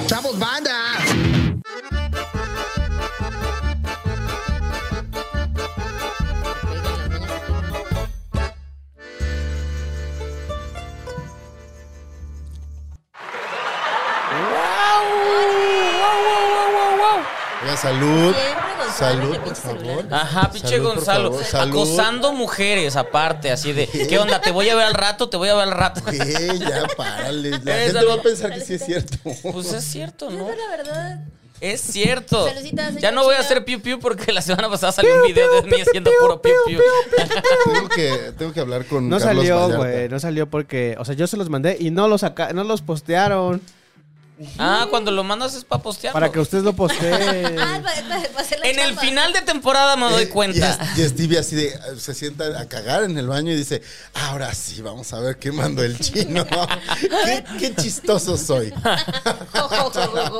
¡Estamos banda! Oiga, salud. Siempre pues, Gonzalo Salud, le por pinche favor. celular. Ajá, pinche Salud, por Gonzalo. favor, salud. Acosando mujeres aparte, así de, ¿qué onda? Te voy a ver al rato, te voy a ver al rato. ¿Qué? Ya, párale. La Eh, gente salud. va a pensar que sí es cierto. Pues es cierto, ¿no? Esa es la verdad. Es cierto. Saludcita, señor Ya no voy a Chino. hacer piu piu porque la semana pasada salió un video de mí haciendo puro piu piu. tengo, que, tengo que hablar con No Carlos salió, Vallarta. güey. No salió porque. O sea, yo se los mandé y no los, saca- no los postearon. Ah, cuando lo mandas es para postear. Para que ustedes lo posteen. Ah, para, hacer la En el chamba. final de temporada me doy Eh, cuenta. Y, es- y Stevie así de, se sienta a cagar en el baño y dice, ahora sí, vamos a ver qué mandó el chino. ¿Qué, qué chistoso soy.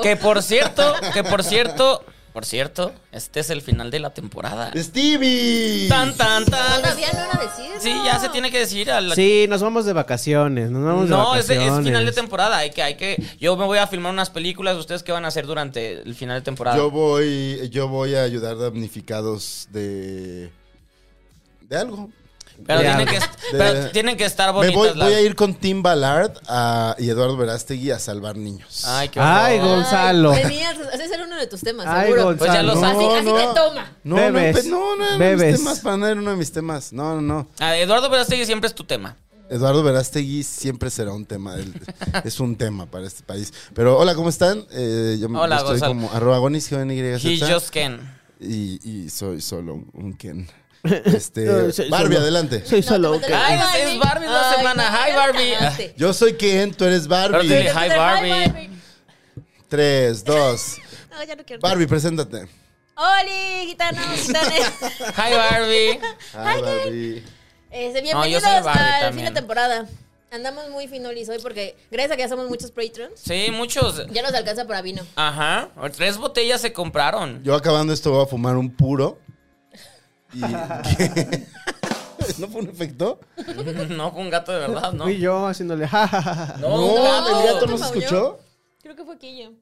Que por cierto, que por cierto, por cierto, este es el final de la temporada. ¡Stevie! Tan, tan, tan. Todavía no era decir. Sí, ya se tiene que decir a la Sí, nos vamos de vacaciones. Nos vamos de No, es, vacaciones. es final de temporada. Hay que, hay que. Yo me voy a filmar unas películas. ¿Ustedes qué van a hacer durante el final de temporada? Yo voy, yo voy a ayudar damnificados de. de algo. pero, de tienen algo. que, est- De- pero tienen que estar Me bonitas. voy, las- voy a ir con Tim Ballard a- y Eduardo Verástegui a salvar niños. Ay, qué Ay, horror. Gon- Gonzalo. Tenías, ese era uno de tus temas, Ay, seguro. Gonzalo. Pues ya lo Así, sabes. así de toma. No, Bebes. no, pe- no, no, no, Bebes. mis temas, para no era uno de mis temas. No, no, no. Ah, Eduardo Verástegui siempre es tu tema. Eduardo Verástegui siempre será un tema. del- es un tema para este país. Pero hola, ¿cómo están? Eh, yo me- Hola, estoy Gonzalo. como arroba gonis, GNYZ, He just can. y, y soy solo un- un Ken. Yo Este, soy Barbie, solo- adelante. Soy solo. No, te metas Ay, con es- es Barbie la Ay, semana. no, Hi, ya Barbie. cagaste. Yo soy Ken, tú eres Pero dile Barbie. hi, Hi, Barbie. Tres, dos. No, ya no quiero. Barbie, preséntate. Oli, gitanos, gitanes. Hi, Barbie. Ay, Barbie. Este, No, yo bienvenidos soy Barbie al fin también. de temporada. Andamos muy finolis hoy porque gracias a que ya somos muchos patrons, Sí, muchos. ya nos alcanza para vino. Ajá. Tres botellas se compraron. Yo acabando esto voy a fumar un puro. Y- ¿No fue un efecto? no, fue un gato de verdad, ¿no? Fui yo haciéndole ah, ja, ja, ja, ja. No, un No, gato. el gato no ¿Te se maulló? escuchó. Creo que fue Quillo.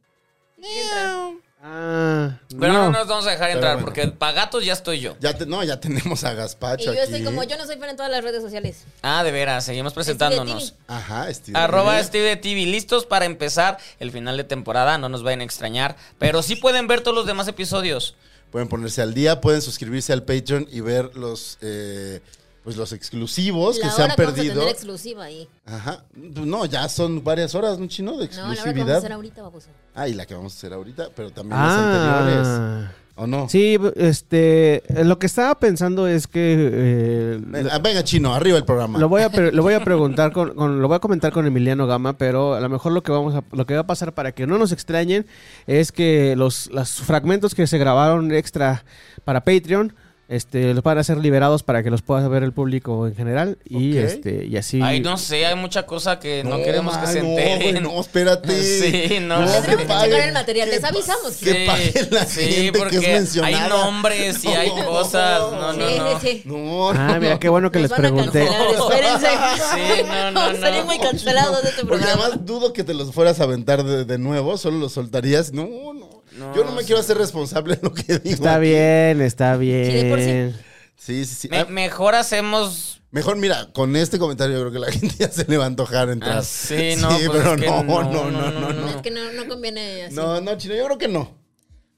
Ah, Pero no. no. nos vamos a dejar entrar bueno. porque para gatos ya estoy yo. Ya te- no, ya tenemos a Gaspacho Y yo aquí. estoy como yo no soy fan en todas las redes sociales. Ah, de veras, seguimos presentándonos. Ajá, Steve. Arroba Steve de TV, listos para empezar el final de temporada, no nos vayan a extrañar, pero sí pueden ver todos los demás episodios. Pueden ponerse al día, pueden suscribirse al Patreon y ver los eh, pues los exclusivos la que se han hora que vamos a perdido. tener exclusiva ahí. Ajá. No, ya son varias horas, ¿no, chino? De No, la hora que vamos a exclusividad. hacer ahorita, baboso. ah, y la que vamos a hacer ahorita, pero también las anteriores. Ah. ¿O no? Sí, este, lo que estaba pensando es que eh, lo- Venga, venga, chino, arriba el programa. lo voy a pre- lo voy a preguntar con, con- lo voy a comentar con Emiliano Gama, pero a lo mejor lo que vamos a, lo que va a pasar para que no nos extrañen es que los los fragmentos que se grabaron extra para Patreon este, los van a ser liberados para que los pueda ver el público en general y Ok. este y así Ay, no sé, hay mucha cosa que no, queremos que ma, se no, güey, enteren. No, espérate. Sí, no. que Tendremos que paguen. checar el material, les Que pa- avisamos. Que Sí, paguen la sí, gente que porque es mencionada. hay nombres y hay cosas, no, no, sí, no. sí, sí. No, no, Ah, mira, no. qué bueno que Nos les van a pregunté. cancelar, espérense. Sí, no, no, no. Sería muy cancelado de este Porque programa. además dudo que te los fueras a aventar de, de nuevo, solo los soltarías. No, no. Yo no me quiero hacer responsable de lo que digo. Está aquí. bien, está de por sí. bien. Sí, sí, sí. Me- Ah, mejor hacemos... mejor, mira, con este comentario yo creo que la gente ya se le va a antojar entrar. Ah, sí, no, pues pero es que no, no, no, no, no, no, no, no, no. Es que no, no conviene así. No, no, chino, yo creo que no.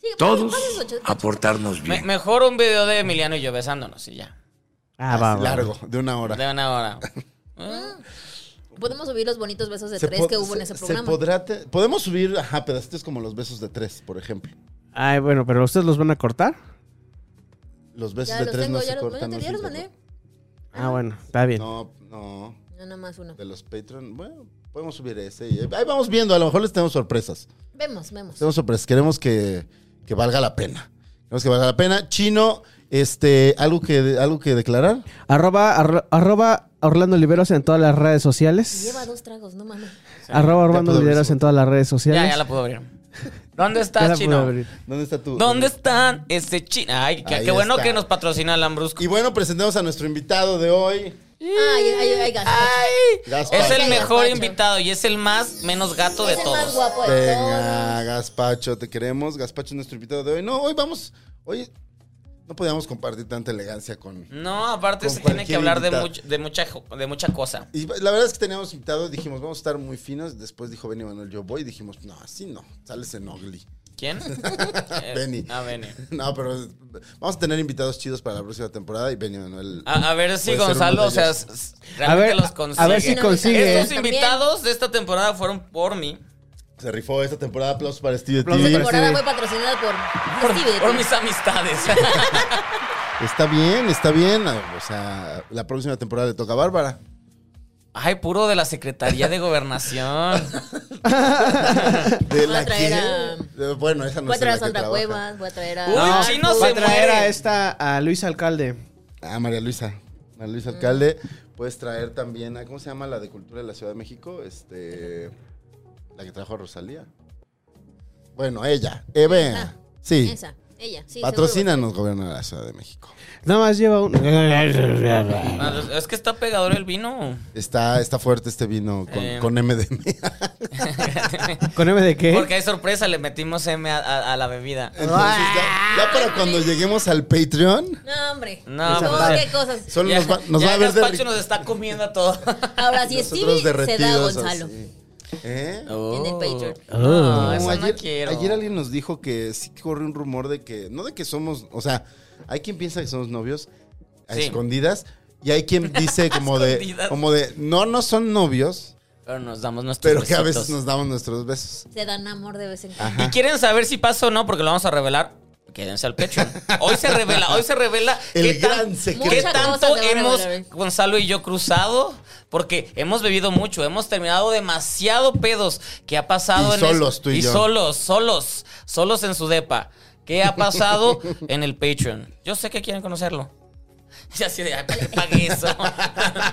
Sí, pasen- Todos pasen ocho- a Pues portarnos me- bien. mejor un video de Emiliano y yo besándonos y ya. Ah, Así va, va. largo, de una hora. De una hora. Ah. Podemos subir los bonitos besos de Se tres po- que hubo en se- ese se programa. podrá te- podemos subir ajá, pedacitos como los besos de tres, por ejemplo. Ay, bueno, pero ustedes los van a cortar. Los besos ya de los tres tengo, no ya se los, cortan. ya no se los mandé. cortan. Ah, bueno, está bien. No, no. No, nada más uno. De los Patreon. Bueno, podemos subir ese. y- Ahí vamos viendo. A lo mejor les tenemos sorpresas. Vemos, vemos. Tenemos sorpresas. Queremos que, que valga la pena. Queremos que valga la pena. Chino, este, algo que, algo que declarar. Arroba, arro- arroba Orlando Oliveros en todas las redes sociales. Lleva dos tragos, no mames. Arroba Orlando puedo abrir Oliveros su en todas las redes sociales. Ya, ya la puedo abrir. ¿Dónde Ya la estás, pude chino? abrir. ¿Dónde está tu? ¿Dónde están ese chino? Ay, qué, Ahí qué bueno está. que nos patrocina el Lambrusco. Y bueno, presentemos a nuestro invitado de hoy. Ay, ay, ay, gato. Gaspacho. Es el Ay, mejor Pacho. invitado y es el más menos gato de Es el más todos. guapo de todos. Venga, Gaspacho, te queremos. Gaspacho es nuestro invitado de hoy. No, hoy vamos. Hoy no podíamos compartir tanta elegancia con. No, aparte Con se tiene que cualquier hablar de, invitado. much- de, mucha, jo- de mucha cosa. Y la verdad es que teníamos invitados, dijimos, vamos a estar muy finos. Después dijo Benny Manuel, yo voy. Y dijimos, no, así no, sales en ugly. ¿Quién? Eh, Benny. Ah, Benny. No, pero vamos a tener invitados chidos para la próxima temporada. Y Benny Manuel. A, a ver si Puede ser Gonzalo, uno o sea, de s- s- realmente ver, los a consigue. ver si No, consigue. Estos invitados de esta temporada fueron por mí, Se rifó esta temporada. Aplausos para Steve Aplausos TV. para temporada Sí. fue patrocinada por por, Steve. por mis amistades. Está bien, está bien. O sea, la próxima temporada le toca a Bárbara. Ay, puro de la Secretaría de Gobernación. Ah. De Voy a la traer que- a- Eh, Bueno, esa no Voy a es traer a la que Sandra trabaja. Cuevas, voy a traer a. Uy, No, chino va a se traer a este. muere. esta, a Luis Alcalde. Ah, María Luisa. María Luisa Alcalde. Puedes traer también a, ¿cómo se llama la de Cultura de la Ciudad de México? Este. La que trajo a Rosalía. Bueno, ella. Eve. Esa. Sí. Esa, ella. Sí, Patrocínanos, gobierno de la Ciudad de México. Nada más lleva un. Ah, Es que está pegador el vino. Está, está fuerte este vino con, Eh. con MDMA. ¿Con M de qué? Porque hay sorpresa, le metimos M a, a- a la bebida. Entonces, ya, ya para Ah. cuando lleguemos al Patreon, seguro. No, hombre. No, ¿Cómo pues, qué cosas? solo Ya- nos va, nos ya va a ver de Gaspacho nos está comiendo a todos. Ahora, si nosotros Stevie se da a derretidos Gonzalo. así. ¿Eh? En el Patreon. No, eso No, no Oh. ayer, quiero. ayer alguien nos dijo que sí corre un rumor de que, no de que somos, o sea, hay quien piensa que somos novios a Sí. escondidas y hay quien dice como de, Escondidas. como de, no, no son novios, Pero nos damos nuestros pero que a veces besitos. nos damos nuestros besos. Se dan amor de vez en cuando. Ajá. Y quieren saber si pasa o no, porque lo vamos a revelar. Quédense al pecho. Hoy se revela, hoy se revela El qué, tan- gran secreto. qué Muchas cosas tanto se van a hemos, revelar hoy. Gonzalo y yo, cruzado. Porque hemos bebido mucho, hemos terminado demasiado pedos. ¿Qué ha pasado Y en solos, es- tú y yo. solos, solos, solos en su depa. ¿Qué ha pasado en el Patreon? Yo sé que quieren conocerlo. Ya así de, ay, ¿para qué pagué eso?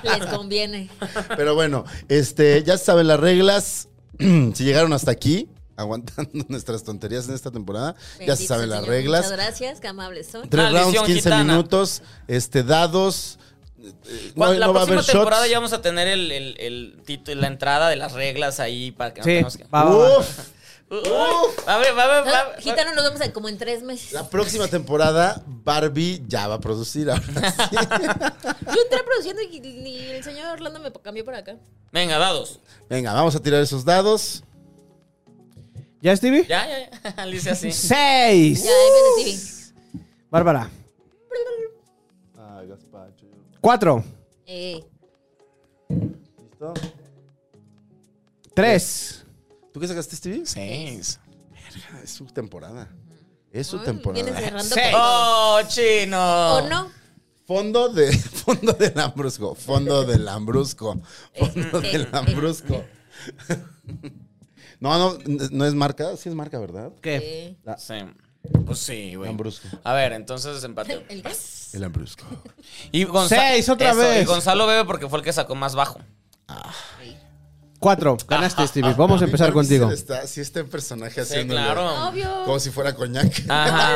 Les conviene. Pero bueno, este, ya saben las reglas. si llegaron hasta aquí, aguantando nuestras tonterías en esta temporada, ya se Bendito saben sea el las Señor, reglas. Muchas gracias, qué amables son. Tres Maldición rounds, 15 gitana. minutos, este, dados. eh, No, la no va a haber próxima temporada shots. ya vamos a tener el, el, el título, la entrada de las reglas ahí para que no Sí, tengamos que... va, va, va. Uf, Uf. A ver, va, va, va, Ah, va. Gitano nos vemos en- como en tres meses. la próxima temporada, Barbie ya va a producir ahora sí. Yo entré produciendo y, y el señor Orlando me cambió para acá. Venga, dados. Venga, vamos a tirar esos dados. ¿Ya, Stevie? Ya, ya, ya. Alicia, sí. Seis. Ya, ahí viene Stevie. Bárbara. Ah, Cuatro. Eh, Tres. ¿Tú qué sacaste, Stevie? Ah, Seis. Es su temporada. Es su ay, Viene temporada. cerrando. Seis. con- ¡Oh, chino! ¿O no? Fondo de fondo del Lambrusco, fondo del Lambrusco, Este, fondo del Lambrusco. No, no, no es marca, sí es marca, ¿verdad? ¿Qué? Eh, Sí. Pues sí, güey. Lambrusco. A ver, entonces empate. el gas. El Lambrusco. Y Gonza- Seis, otra Eso, vez. Y Gonzalo bebe porque fue el que sacó más bajo. Cuatro. Ganaste, Stevie. Vamos a empezar contigo. Sí está, sí está en personaje Sí, haciendo claro. como Obvio. si fuera coñac. Ajá.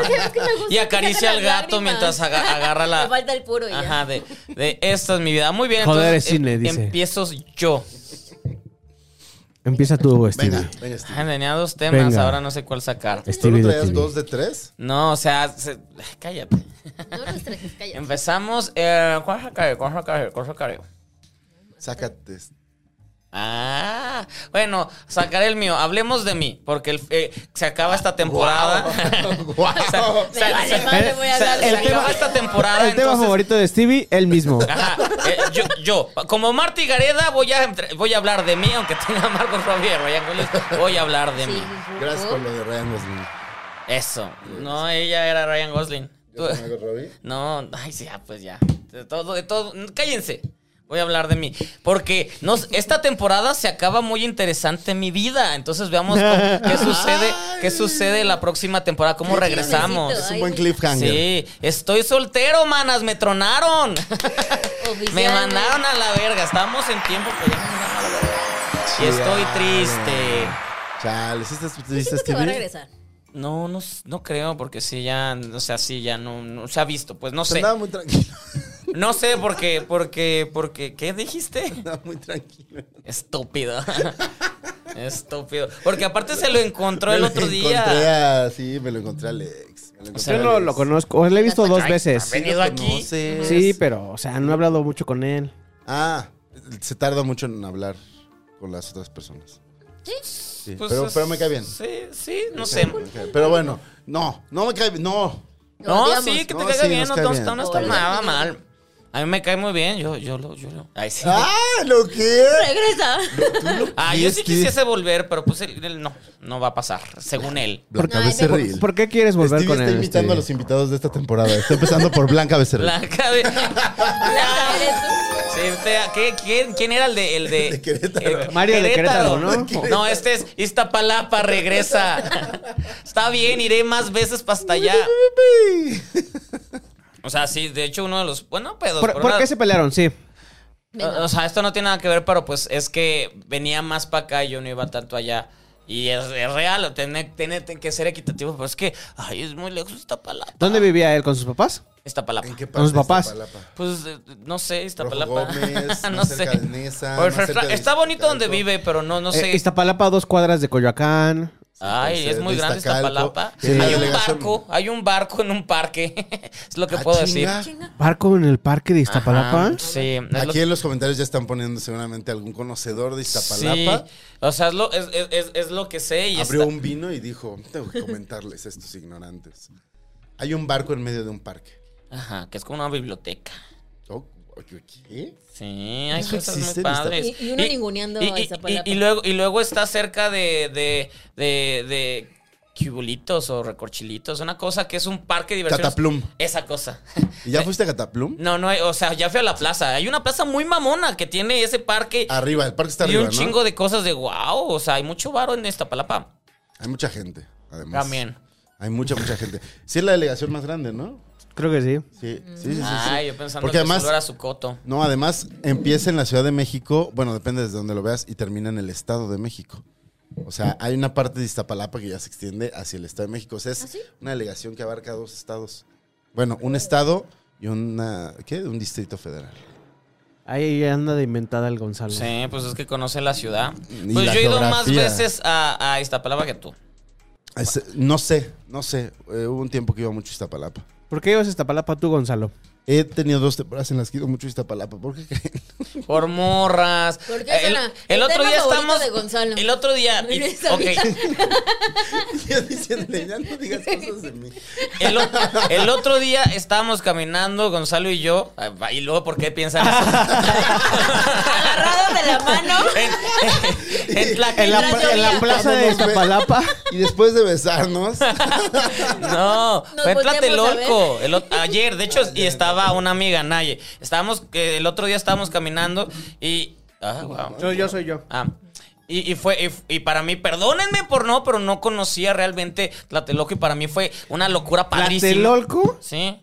Es que me gusta Y acaricia que al saquen las gato lágrimas. mientras aga- agarra la. Me falta el puro y ya. Ajá, de, de esta es mi vida. Muy bien. Joder, entonces, es cine, eh, dice. Empiezo yo. Empieza tú, Stevie. Venga, venga, Stevie. Ay, Ah, tenía dos temas, Venga. ahora no sé cuál sacar. ¿Tú no Stevie, traías Stevie. dos de tres? No, o sea, se- ay, cállate. No nos trajes, calla. Empezamos. Eh, ¿Cuál sacaré? ¿Cuál sacaré? ¿Cuál sacaré? Sácate. Ah, bueno, sacaré el mío. Hablemos de mí, porque el- eh, se acaba esta temporada. Guau. O sea, Me vale se- madre, voy a o sea, hablar de se la acaba vida. esta temporada. el tema entonces- favorito de Stevie, el mismo. Ajá, eh, yo, yo, como Marty Gareda, voy a, entre- voy a hablar de mí, aunque tenga a Marcos Javier, Ryan Gosling, voy a hablar de Sí, mí. sí, sí. Gracias por lo de Ryan Gosling. Eso. No, ella era Ryan Gosling. Yo Tú- con Margot Robbie. No, ay, sí, ya, pues ya. De todo, de todo. Cállense. Voy a hablar de mí. Porque nos, esta temporada se acaba muy interesante mi vida. Entonces veamos cómo- qué sucede, qué sucede la próxima temporada, cómo regresamos. Es un Ay, buen sí. cliffhanger. Sí, estoy soltero, manas, me tronaron. Me Oficialmente. mandaron a la verga. Estamos en tiempo que ya me mandaron a la verga. Y estoy triste. Chale, ¿sí estás Yo triste, creo que va a Stevie? regresar. No, no, s- no creo, porque sí, ya, o sea, sí, ya no, no se ha visto. Pues no sé. Andaba muy tranquilo. No sé, porque, porque, porque, ¿qué dijiste? Andaba muy tranquilo. Estúpido. Estúpido. Porque aparte se lo encontró Me el lo otro encontré día. a- sí, me lo encontré a Alex. Me lo encontré Yo a no Alex. lo conozco, lo he visto dos Ay, veces. ha venido aquí. conoces. Sí, pero, o sea, no he hablado mucho con él. Ah, se tarda mucho en hablar con las otras personas. Sí. Pues, pero, es- pero me cae bien. Sí, sí, no sé. Ok, Pero bueno, no, no me cae bien. No. Lo No, odiamos. sí, que te No, caiga sí, bien, nos no, cae no bien. está, no Nos está cae nada mal. A mí me cae muy bien, yo, yo lo, yo lo. Ay, sí. Ah, ¡Ah! ¿Lo que Regresa. yo es sí que- quisiese volver, pero pues él, él no, no va a pasar, según él. Blanca Ay, Becerril. ¿Por qué quieres volver Stevie con este, está él? invitando a Stevie? los invitados de esta temporada. Está empezando por Blanca Becerril. Blanca de. Eres Ya. tú. Sí, usted, ¿a qué- quién, quién era el de, el de, De Querétaro. el- Mario de Querétaro, ¿no? No, este es Iztapalapa, regresa. Está bien, iré más veces para hasta allá. O sea, sí, de hecho, uno de los. Bueno, pedos. ¿Por, pero por una- qué se pelearon? Sí. o, o sea, esto no tiene nada que ver, pero pues es que venía más para acá y yo no iba tanto allá. Y es, es real, tiene, tiene- tiene que ser equitativo, pero es que, ay, es muy lejos Iztapalapa. ¿Dónde vivía él con sus papás? Iztapalapa. ¿En qué Con parte sus de papás. Iztapalapa? Pues eh, no sé, Iztapalapa. Rojo Gómez, no más sé. cerca de Nesa, Pues, más cerca de está bonito donde Iztacalco. vive, pero no, no Eh, sé. Iztapalapa, a dos cuadras de Coyoacán. Ay, Entonces, es muy de grande Iztacalco. Iztapalapa. Sí. Hay un Delegación- barco, hay un barco en un parque. es lo que Ah, puedo chinga. decir. ¿Barco en el parque de Iztapalapa? Ajá, sí. es lo- Aquí en los comentarios ya están poniendo seguramente algún conocedor de Iztapalapa. sí. O sea, es lo, es, es- es- es lo que sé. Y abrió está- un vino y dijo, tengo que comentarles a estos ignorantes. Hay un barco en medio de un parque. Ajá, que es como una biblioteca. Oh, oye, ¿Qué? Sí, hay Eso cosas existe muy en Iztapalapa. padres. Y- y uno ninguneando a Iztapalapa. y- y luego, y luego está cerca de, de, de, de cubulitos o recorchilitos, una cosa que es un parque de diversiones. Cataplum. Esa cosa. ¿Y ya fuiste a Cataplum? Eh, No, no, o sea, ya fui a la plaza. Hay una plaza muy mamona que tiene ese parque Arriba, el parque está y arriba, un ¿no? chingo de cosas de wow. O sea, hay mucho varo en esta palapa. Hay mucha gente, además. También. Hay mucha, mucha gente. Sí es la delegación más grande, ¿no? Creo que sí. Sí, sí, sí. sí, sí. Ay, Ah, yo pensando Porque que además- solo era su coto. No, además empieza en la Ciudad de México, bueno, depende desde donde lo veas, y termina en el Estado de México. O sea, hay una parte de Iztapalapa que ya se extiende hacia el Estado de México. O sea, es ¿Ah, sí? una delegación que abarca dos estados. Bueno, un estado y una, ¿qué? Un distrito federal. Ahí anda de inventada el Gonzalo. Sí, pues es que conoce la ciudad. Y Pues la yo he ido más geografía. veces a, a Iztapalapa que tú. Es- no sé, no sé. Eh, hubo un tiempo que iba mucho a Iztapalapa. ¿Por qué ibas a Iztapalapa tú, Gonzalo? He tenido dos temporadas en las que he ido mucho a Iztapalapa. ¿Por qué creen? Por morras. ¿Por qué el, será? el El otro tema día favorito estamos. de Gonzalo. El otro día. y- Regresa ok. ahorita. Yo diciéndole, ya no digas cosas de mí. El, o- el otro día estábamos caminando, Gonzalo y yo. Ay, va, Y luego, ¿por qué piensan eso? Agarrado de la mano. en, en Tlaquepaque. En la, pla- en la plaza de Iztapalapa. Y después de besarnos, No, Nos fue en volteamos Tlatelolco. El ot- ayer, de hecho, y estaba una amiga, Naye. Estábamos, eh, el otro día estábamos caminando y. Ah, wow. Yo, yo soy yo. Ah, Y, y fue, y f- y, para mí, perdónenme por no, pero no conocía realmente Tlatelolco y para mí fue una locura padrísima. ¿Tlatelolco? Sí.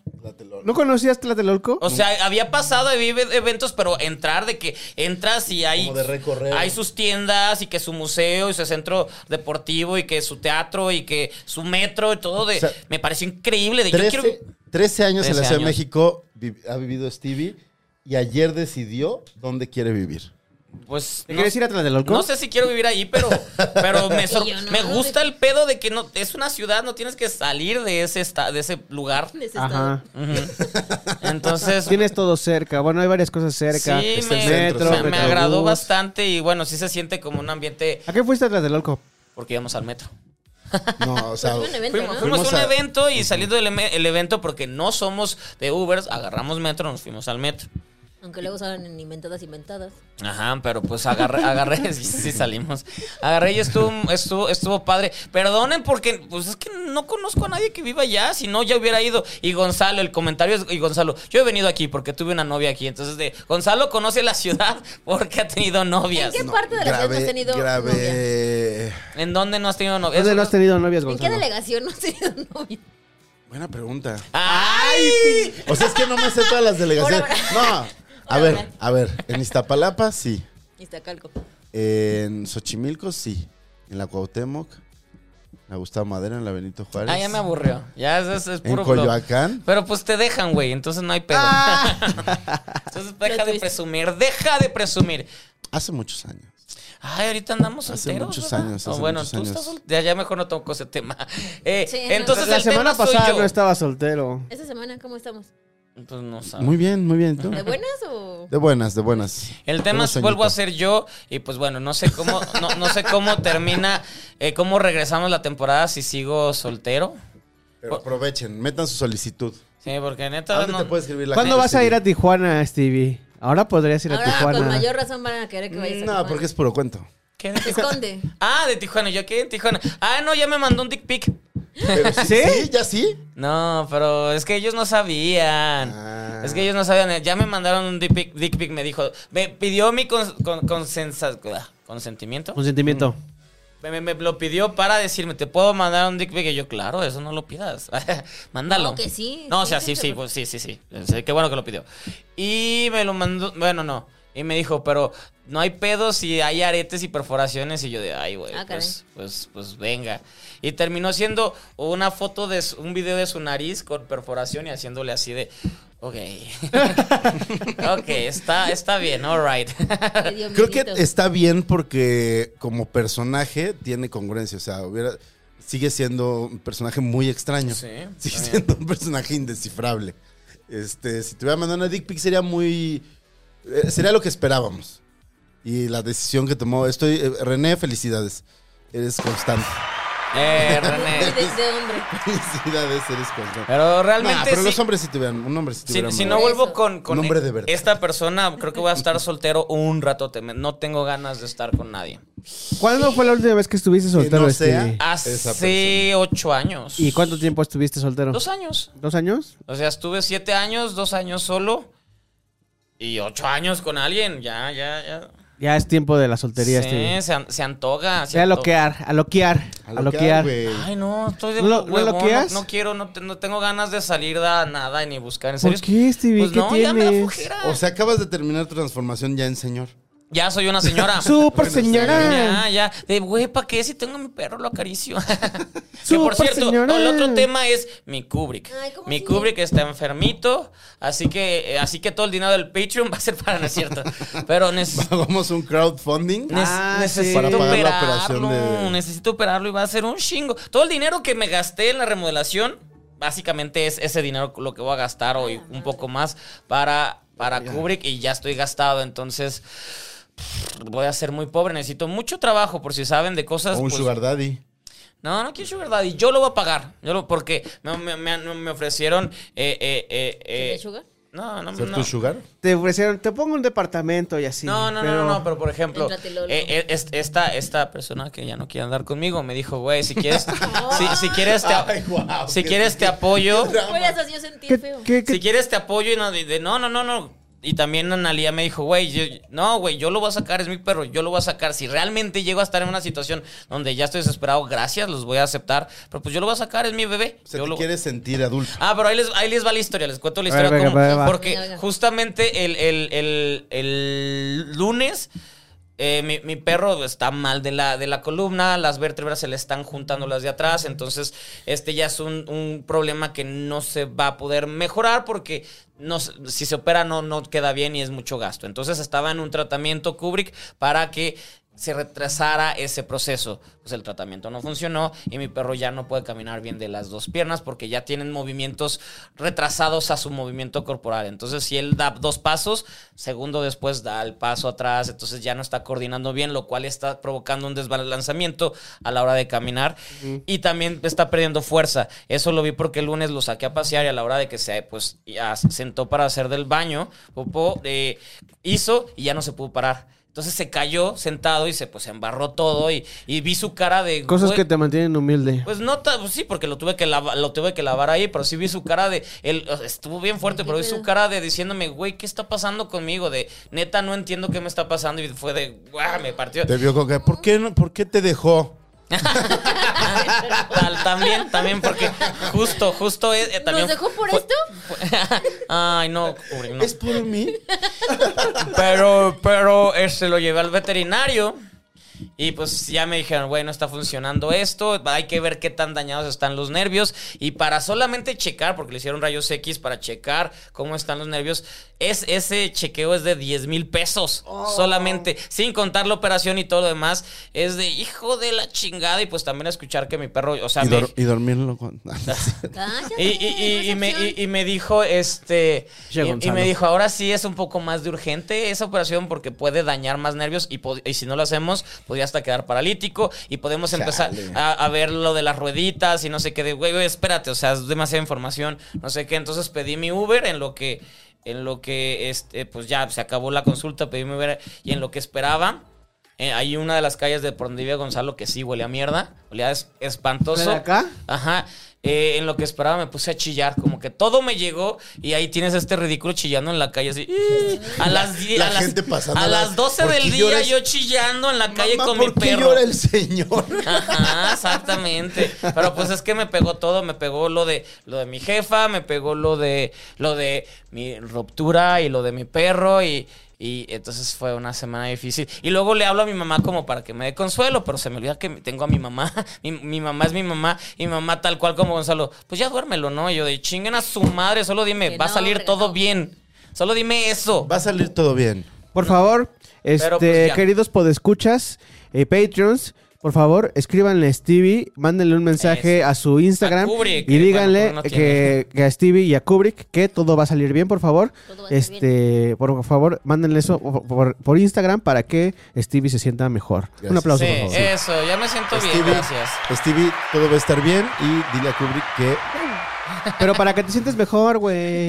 ¿No conocías Tlatelolco? O sea, había pasado y vive eventos, pero entrar de que entras y hay, Como de recorrer. hay sus tiendas y que su museo y su centro deportivo y que su teatro y que su metro y todo de. O sea, me pareció increíble. De, yo 13, quiero- 13 años en la 13 Ciudad de años. México vi- ha vivido Stevie y ayer decidió dónde quiere vivir. pues. ¿Te no- quieres ir atrás del No alcohol? sé si quiero vivir ahí, pero, pero me, sor- Y yo, no, me no, gusta no. el pedo de que no es una ciudad, no tienes que salir de ese, esta- de ese lugar. En ese Ajá. estado. Ujú. Entonces, Tienes todo cerca. Bueno, hay varias cosas cerca. sí, está me, el centro, me- está el me agradó metrobús. bastante y bueno, sí se siente como un ambiente ¿A qué fuiste atrás del alcohol? porque íbamos al metro. No, o sea, Fue un evento, Fuimos, ¿no? fuimos a un Fuimos a- evento y saliendo del eme- el evento porque no somos de Ubers, agarramos metro, nos fuimos al metro. Aunque luego salen en inventadas, inventadas. Ajá, pero pues agarré, agarré, sí, sí salimos. Agarré y estuvo, estuvo, estuvo padre. Perdonen porque, pues es que no conozco a nadie que viva allá, si no ya hubiera ido. Y Gonzalo, el comentario es, y Gonzalo, yo he venido aquí porque tuve una novia aquí. Entonces de, Gonzalo conoce la ciudad porque ha tenido novias. ¿En ¿En, qué parte de la ciudad no has tenido novia? grave. dónde no has tenido novias? ¿Dónde no has tenido novias, ¿En qué Gonzalo? delegación no has tenido novia? Buena pregunta. ¡Ay! O sea, es que no me sé todas las delegaciones. Ahora, No. A Ahora, ver, ahora. a ver. En Iztapalapa, sí. Iztacalco. En Xochimilco, sí. En la Cuauhtémoc. En la Gustavo Madero, en la Benito Juárez. Ah, ya me aburrió. Ya es, es- es En puro blog. Coyoacán. Pero pues te dejan, güey, entonces no hay pedo. entonces deja Plot de twist. presumir, deja de presumir. Hace muchos años. Ay, ahorita andamos Hace solteros. muchos ¿verdad? años, No, hace bueno, muchos tú años. estás sol- ya, ya mejor no toco ese tema. Eh, Sí, no. entonces La el semana tema soy pasada yo. no estaba soltero. ¿Esta semana cómo estamos? Pues no sabes. Muy bien, muy bien. ¿tú? ¿De buenas o...? De buenas, de buenas. El tema Tengo es vuelvo a sueñito. ser yo y pues bueno, no sé cómo no, no sé cómo termina eh, cómo regresamos la temporada si sigo soltero. Pero aprovechen, metan su solicitud. Sí, porque neta ¿A dónde no- te puede escribir la ¿Cuándo gente, vas a ir a Stevie? Tijuana, Stevie? Ahora podrías ir a Ahora Tijuana. con mayor razón van a querer que vayas a No, Tijuana. porque es puro cuento. ¿Qué? Se esconde. Ah, de Tijuana, yo quedé en Tijuana. Ah, no, ya me mandó un dick pic. Pero sí, ¿Sí? sí, ya sí. No, pero es que ellos no sabían. Ah. Es que ellos no sabían. Ya me mandaron un dick pic, dick pic, me dijo. Me pidió mi cons- con- consensa- ah, consentimiento. Consentimiento. Me, me- me lo pidió para decirme, ¿te puedo mandar un dick pic? Y yo, claro, eso no lo pidas. Mándalo. No, que sí, No, o sí, sea, que sí, te sí, lo- pues, sí, sí, sí. Sí, Qué bueno que lo pidió. Y me lo mandó, bueno, no. Y me dijo, pero no hay pedos y hay aretes y perforaciones. Y yo de, ay, güey, Ah, caray. pues, pues, pues venga. Y terminó siendo una foto de su- un video de su nariz con perforación y haciéndole así de, ok. ok, está, está bien, all right. Le dio Creo que miedito. está bien porque como personaje tiene congruencia. O sea, hubiera, sigue siendo un personaje muy extraño. Sí, está Sigue bien. siendo un personaje indescifrable. Este, si te hubiera mandado una dick pic sería muy... eh, sería lo que esperábamos. Y la decisión que tomó... Estoy... eh, René, felicidades. Eres constante. eh, René. De, de hombre. Felicidades, eres constante. Pero realmente Nah, pero sí- los hombres sí tuvieran... Un hombre sí Si, tuviera si no madre. vuelvo con, con e-, Un hombre de verdad. esta persona, creo que voy a estar soltero un rato. No tengo ganas de estar con nadie. ¿Cuándo fue la última vez que estuviste soltero, no sea- Stevie? Esa Hace persona. ocho años. ¿Y cuánto tiempo estuviste soltero? Dos años. ¿Dos años? O sea, estuve siete años, dos años solo. Y ocho años con alguien. Ya, ya, ya. Ya es tiempo de la soltería, Sí, Stevie. se, an- se antoja. se Ya a antoja. loquear, a loquear, a A loquear. lo que güey. Ay, no, estoy de ¿No lo- no huevón, loqueas? no quiero, no, te- no tengo ganas de salir a nada ni buscar. ¿En ¿Por serio? qué, Stevie? Pues ¿Qué no, ya me da tienes? flojera. O sea, acabas de terminar transformación ya en señor. ya soy una señora. ¡Súper señora! Ya, ya. De güey, ¿para qué? Si tengo a mi perro, lo acaricio. que por Súper cierto, señora. el otro tema es mi Kubrick. Ay, ¿cómo mi sigue? Kubrick está enfermito, así que, eh, así que todo el dinero del Patreon va a ser para, no es cierto. Pero neces- Hagamos un crowdfunding. nes- Ah, sí. necesito Para pagar la operación operarlo. de- Necesito operarlo y va a ser un chingo. Todo el dinero que me gasté en la remodelación, básicamente es ese dinero lo que voy a gastar hoy, un poco más para, para Kubrick y ya estoy gastado, entonces. Voy a ser muy pobre, necesito mucho trabajo por si saben de cosas. O un pues, sugar daddy. no, no quiero Sugar Daddy. Yo lo voy a pagar. Yo lo, porque me, me- me- me ofrecieron. Eh, eh, eh, eh, ¿De sugar? No, no, ¿Ser no. tu sugar? Te ofrecieron, te pongo un departamento y así. No, no, no, no, pero- no, pero por ejemplo, Entrate, Lolo. eh, eh, es- esta, esta persona que ya no quiere andar conmigo me dijo, güey, si quieres, si, si quieres te, Ay, guau, si qué- quieres te apoyo, Por eso yo sentí ¿Qué, feo. qué- qué- si quieres te apoyo y no, de- de- no, no, no, no. Y también Analia me dijo, güey, yo- no, güey, yo lo voy a sacar, es mi perro, yo lo voy a sacar. Si realmente llego a estar en una situación donde ya estoy desesperado, gracias, los voy a aceptar. Pero pues yo lo voy a sacar, es mi bebé. Se yo te lo- quiere sentir adulto. Ah, pero ahí les, ahí les va la historia, les cuento la A ver, historia. venga, cómo- venga, va. porque Venga, venga. justamente el, el- el- el lunes eh, mi, mi perro está mal de la, de la columna, las vértebras se le están juntando las de atrás, entonces este ya es un, un problema que no se va a poder mejorar porque no, se- si se opera no, no queda bien y es mucho gasto. Entonces estaba en un tratamiento Kubrick para que se retrasara ese proceso. Pues el tratamiento no funcionó y mi perro ya no puede caminar bien de las dos piernas porque ya tienen movimientos retrasados a su movimiento corporal. Entonces, si él da dos pasos, segundo después da el paso atrás, entonces ya no está coordinando bien, lo cual está provocando un desbalanzamiento a la hora de caminar y también está perdiendo fuerza. Eso lo vi porque el lunes lo saqué a pasear y a la hora de que se pues ya sentó para hacer del baño, popó, eh, hizo y ya no se pudo parar. Entonces se cayó sentado y se pues se embarró todo y, y vi su cara de Cosas "Güey". que te mantienen humilde. Pues no, ta- pues sí, porque lo tuve que lavar, lo tuve que lavar ahí, pero sí vi su cara de, él o sea, estuvo bien fuerte, pero vi su cara de diciéndome, güey, ¿qué está pasando conmigo? De, neta, no entiendo qué me está pasando y fue de, guau, me partió. Te vio con que, ¿por qué, no, ¿por qué te dejó? Tal- también, también, porque justo, justo, es- eh, también. ¿Nos dejó por fue- esto? Ay, no, Kubrick, no. ¿Es por mí? Pero, pero, este, lo llevé al veterinario. Y pues ya me dijeron, güey, no está funcionando esto, hay que ver qué tan dañados están los nervios. Y para solamente checar, porque le hicieron rayos X para checar cómo están los nervios, es, ese chequeo es de 10 mil pesos solamente, sin contar la operación y todo lo demás. Es de hijo de la chingada. Y pues también escuchar que mi perro, o sea, Y, me- dor- y dormirlo con... Cállate, y, y- y- y no me, es y- opción. y me dijo, este. Che, y- y, Gonzalo. me dijo, ahora sí es un poco más de urgente esa operación porque puede dañar más nervios y, pod- y si no lo hacemos, podría hasta quedar paralítico y podemos empezar Chale. a, a ver lo de las rueditas y no sé qué. De, güey, güey, espérate, o sea, es demasiada información, no sé qué. Entonces pedí mi Uber en lo que. En lo que, este, pues ya se acabó la consulta, pedí mi Uber y en lo que esperaba. eh, hay una de las calles de por donde vive Gonzalo que sí huele a mierda, olía es- espantoso. ¿La de acá? Ajá. Eh, en lo que esperaba me puse a chillar, como que todo me llegó y ahí tienes este ridículo chillando en la calle así. "Ih". A las die- La a las- gente pasando a la- las 12 ¿por del qué día lloras? yo chillando en la calle Mamá, con mi ¿por qué perro. llora el señor? Ajá, exactamente. Pero pues es que me pegó todo, me pegó lo de lo de mi jefa, me pegó lo de lo de mi ruptura y lo de mi perro y y entonces fue una semana difícil. Y luego le hablo a mi mamá como para que me dé consuelo, pero se me olvida que tengo a mi mamá. Mi, mi mamá es mi mamá. Y mi mamá tal cual como Gonzalo, pues ya duérmelo, ¿no? Y yo de chinguen a su madre, solo dime, Que va a no, salir regalo. todo bien. Solo dime eso. Va a salir todo bien. Por favor, este, pues ya. queridos podescuchas, eh, Patreons, por favor, escríbanle a Stevie, mándenle un mensaje a su Instagram A Kubrick, y que, díganle bueno, no tiene. que, que a Stevie y a Kubrick que todo va a salir bien, por favor. Todo va a salir Este, por favor, mándenle eso por, por- por Instagram para que Stevie se sienta mejor. Gracias. Un aplauso, Sí, eh. por favor. eso, ya me siento bien, gracias. Stevie, todo va a estar bien y dile a Kubrick que Pero para que te sientes mejor, güey.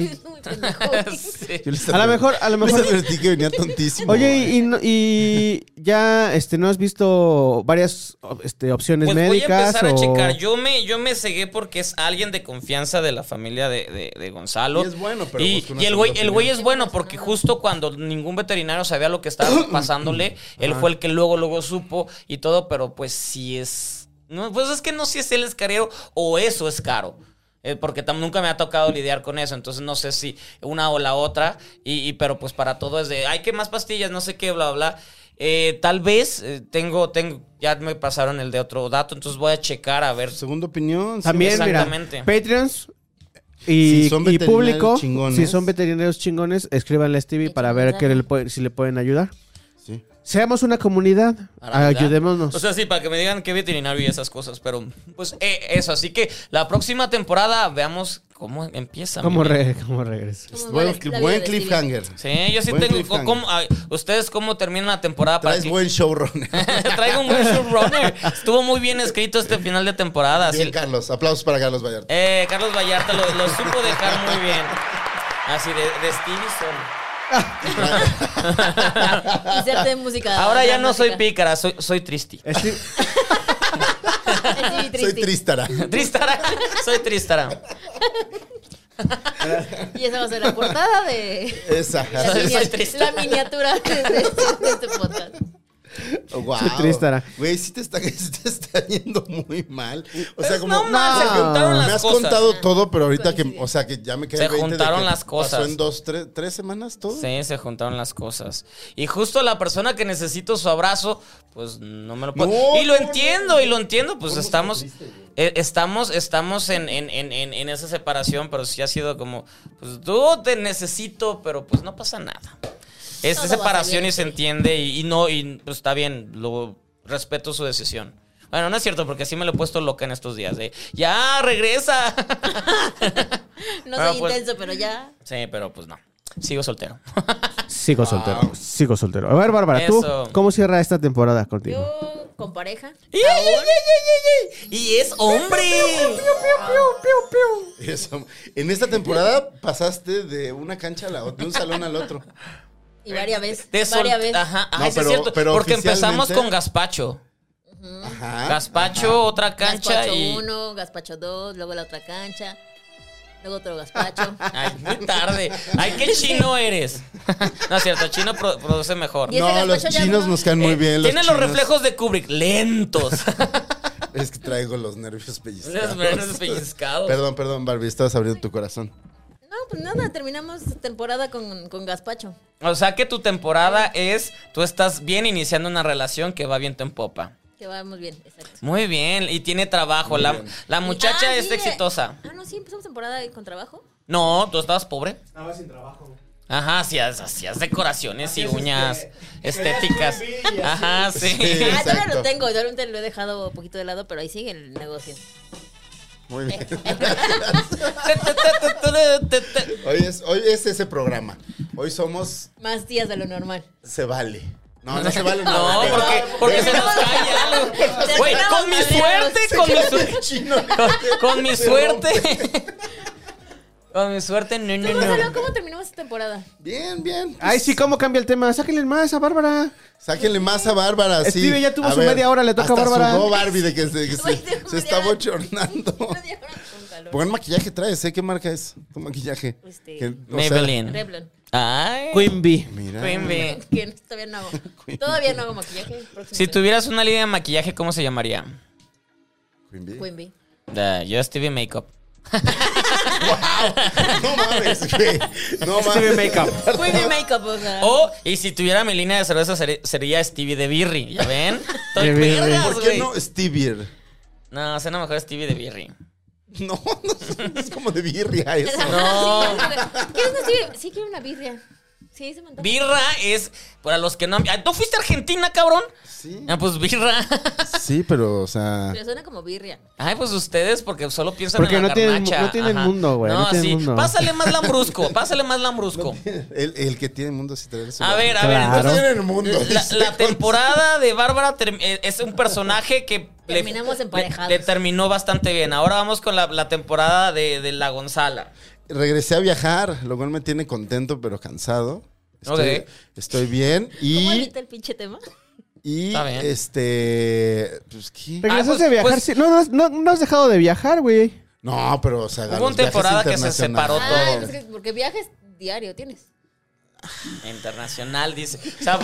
Uy, pendejo. Sí. yo les A lo mejor, a lo les mejor. advertí que venía tontísimo. Oye, y, y no- y ya este, no has visto varias este, opciones Pues voy a médicas. empezar a o- checar. Yo me, yo me cegué porque es alguien de confianza de la familia de, de- de Gonzalo. Y es bueno, pero pues, Y, busca una y el güey, segunda el güey opinión. es bueno porque justo cuando ningún veterinario sabía lo que estaba pasándole, él fue el que luego, luego supo y todo, pero pues sí es. No, pues es que no sé si es él es carero o eso es caro. Eh, porque tam- nunca me ha tocado lidiar con eso, entonces no sé si una o la otra, y, y- pero pues para todo es de, hay que más pastillas, no sé qué, bla, bla. Eh, tal vez eh, tengo, tengo, ya me pasaron el de otro dato, entonces voy a checar a ver. Segunda opinión. sí, También, mira, Exactamente. Patreons y, Si son y veterinarios público, chingones. si son veterinarios chingones, escríbanle a Stevie para ver qué le puede- si le pueden ayudar. sí. Seamos una comunidad, Para ayudar. ayudémonos. O sea, sí, para que me digan qué veterinario y esas cosas, pero pues eh, eso, así que la próxima temporada veamos cómo empieza. mi ¿Cómo, vida. re- cómo regresas? ¿Cómo va Buen, la- la vida buen de cliffhanger. Sí, yo sí Buen tengo. cliffhanger. ¿cómo- ay, ¿Ustedes cómo terminan la temporada? para Traes que- buen showrunner. Traigo un buen showrunner. Estuvo muy bien escrito este final de temporada. así- Bien, Carlos. Aplausos para Carlos Vallarta. eh, Carlos Vallarta lo, lo supo dejar muy bien. Así de, de Stevenson. Stevie. Inserte música. Ahora ya no soy dramática. pícara, soy, soy tristi. Steve- Stevie Soy Triste. Tristara. Tristara, soy tristara. Y esa va a ser la portada de. Esa. La, Soy- minia- soy triste. la miniatura de, de- de este podcast. Wow. Qué triste era. Güey, sí te está, sí te está yendo muy mal. O sea, Pues como. no mal, se juntaron Me las has cosas. contado todo, pero ahorita que. Coincidencia. O sea, que ya me quedé Se el 20 de juntaron que las cosas. Pasó en dos, tres, tres semanas todo. Sí, se juntaron las cosas. Y justo la persona que necesito su abrazo, pues no me lo puedo. No, y lo no, entiendo, no. y lo entiendo, pues ¿Cómo estamos. sufriste, güey? eh, Estamos, estamos en, en- en- en- en esa separación, pero sí ha sido como, pues tú te necesito, pero pues no pasa nada. Es Todo va a separación salir, y se sí. entiende y, y no, y pues está bien, lo respeto su decisión. Bueno, no es cierto, porque sí me lo he puesto loca en estos días. de, ya, regresa. No Ah, soy pues. intenso, pero ya. sí, pero pues no. Sigo soltero. Sigo soltero, sigo soltero. A ver, Bárbara, ¿tú Eso. cómo cierra esta temporada contigo? Yo con pareja. ¡Ey, ey, ey, ey, ey, ey! Y es hombre. Eso. En esta temporada pasaste de una cancha a la otra, de un salón al otro. Y varias veces. Eh, De sol- varias veces. Ajá, No, ajá, sí es pero- cierto. pero Porque empezamos oficialmente- con gazpacho. Ajá. Gazpacho, otra cancha Gazpacho y. 1, gazpacho 2, luego la otra cancha. Luego otro gazpacho. Ay, muy tarde. Ay, qué chino eres. no es cierto, chino pro- produce mejor. Y ese No, los gazpacho ya chinos no- nos caen muy Eh, bien. Tiene los chinos. reflejos de Kubrick, lentos. Es que traigo los nervios pellizcados. Los nervios pellizcados. Perdón, perdón, Barbie, estabas abriendo tu corazón. No, pues nada, terminamos temporada con, con gazpacho. o sea que tu temporada es. Tú estás bien iniciando una relación que va viento en popa. Que vamos bien, exacto. Muy bien. Y tiene trabajo. La, la muchacha Ah, es sí, eh. exitosa. Ah, no, sí, empezamos temporada con trabajo. No, tú estabas pobre. Estaba sin trabajo. Ajá, hacías, hacías decoraciones y Hacías, uñas este, estéticas. colgaduras, Ajá, sí. Sí. Ah, todavía Exacto. lo tengo, yo ahorita lo he dejado un poquito de lado, pero ahí sigue el negocio. Muy bien. Hoy es, hoy es ese programa. Hoy somos Más días de lo normal. Se Vale. No, no se vale. No, nada. porque, porque se nos cae algo. Güey, con mi suerte, con mi suerte. Chino. Con mi suerte. Con mi suerte, no, Tú, no, Gonzalo, no. ¿cómo terminamos esta temporada? Bien, bien. Ay, sí, ¿cómo cambia el tema? Sáquenle más a Bárbara. Sáquenle más a Bárbara, sí. Stevie ya tuvo A su media hora, le toca a hasta Bárbara. sudó Barbie de que se, que se- Ay, Dios se mío. está bochornando. Media hora con calor. Buen maquillaje traes, ¿eh? ¿Qué marca es tu maquillaje? Este, Que- o sea, Maybelline. Revlon. Ay. Queen Bee. Mira. Quimby. Que no- todavía no hago. Todavía no hago maquillaje. próximo Si tema. tuvieras una línea de maquillaje, ¿cómo se llamaría? Queen Bee. Quimby. Ah, yo Stevie Makeup. No mames, güey. No mames. Ah, Makeup. Quimby Makeup, o sea. O, y si tuviera mi línea de cerveza, ser- sería Stevie de Birri. ¿Ya ven? Estoy De Birri. perras, ¿Por qué güey. no Stevie? No, suena mejor Stevie de Birri. No, no sé, es como de birria eso. No. ¿Quieres una sí, sí, quiero una birria. Sí, se me antoja. Birra es, para los que no han... Ah, ¿Tú fuiste a Argentina, cabrón? Sí, Ah, pues birra. sí, pero, o sea. Pero suena como birria. Ay, pues ustedes, porque solo piensan Porque en la no tienen- garnacha. no tienen Ajá. mundo, güey, no tienen sí. mundo. Pásale más lambrusco, pásale más lambrusco. El, el que tiene el mundo sí trae su A ver, a Claro. ver, entonces... en el mundo. La, dice, la con- temporada de Bárbara term- eh, es un personaje que le- Terminamos emparejados. le, le terminó bastante bien. Ahora vamos con la, la temporada de, de la Gonzala. Regresé a viajar, lo cual me tiene contento, pero cansado. Estoy, Ok. estoy bien. ¿Cómo Y, evita el pinche tema? y Está bien. este. Pues, ¿qué? Regresaste Ah, pues- a viajar. pues- sí. No, no, no, no has dejado de viajar, güey. No, pero, o sea, Hubo los una temporada viajes que se separó internacionales. Ah, todo. pues que- porque viajes diario tienes. Internacional, dice. O sea,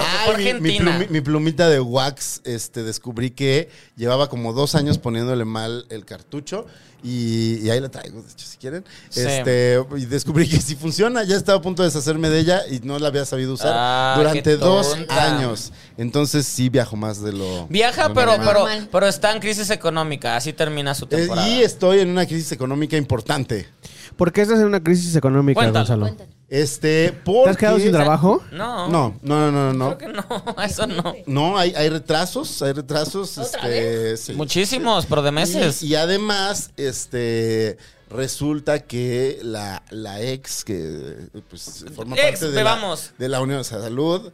Ay, porque mi- fue mi, Argentina. plumi- mi plumita de wax, este, descubrí que llevaba como dos años poniéndole mal el cartucho y, y ahí la traigo, de hecho, si quieren. Sí. Este, y descubrí que si funciona, ya estaba a punto de deshacerme de ella y no la había sabido usar Ah, qué durante dos tonta. años. Entonces sí viajo más de lo. de Viaja, lo pero, normal. pero, Normal. pero está en crisis económica. Así termina su Eh, temporada. Y estoy en una crisis económica importante. ¿Por qué estás en una crisis económica, Cuéntalo, Gonzalo? Cuéntalo. Este, ¿Te porque... has quedado sin trabajo? No, no, No, no, no, no, no. creo que no. Eso no. No, hay, hay retrasos, hay retrasos. ¿Otra este, sí. Muchísimos, pero de meses. Y, y además, este resulta que la, la ex que pues, forma Ex, parte de la, bebamos. de la Unión de Salud,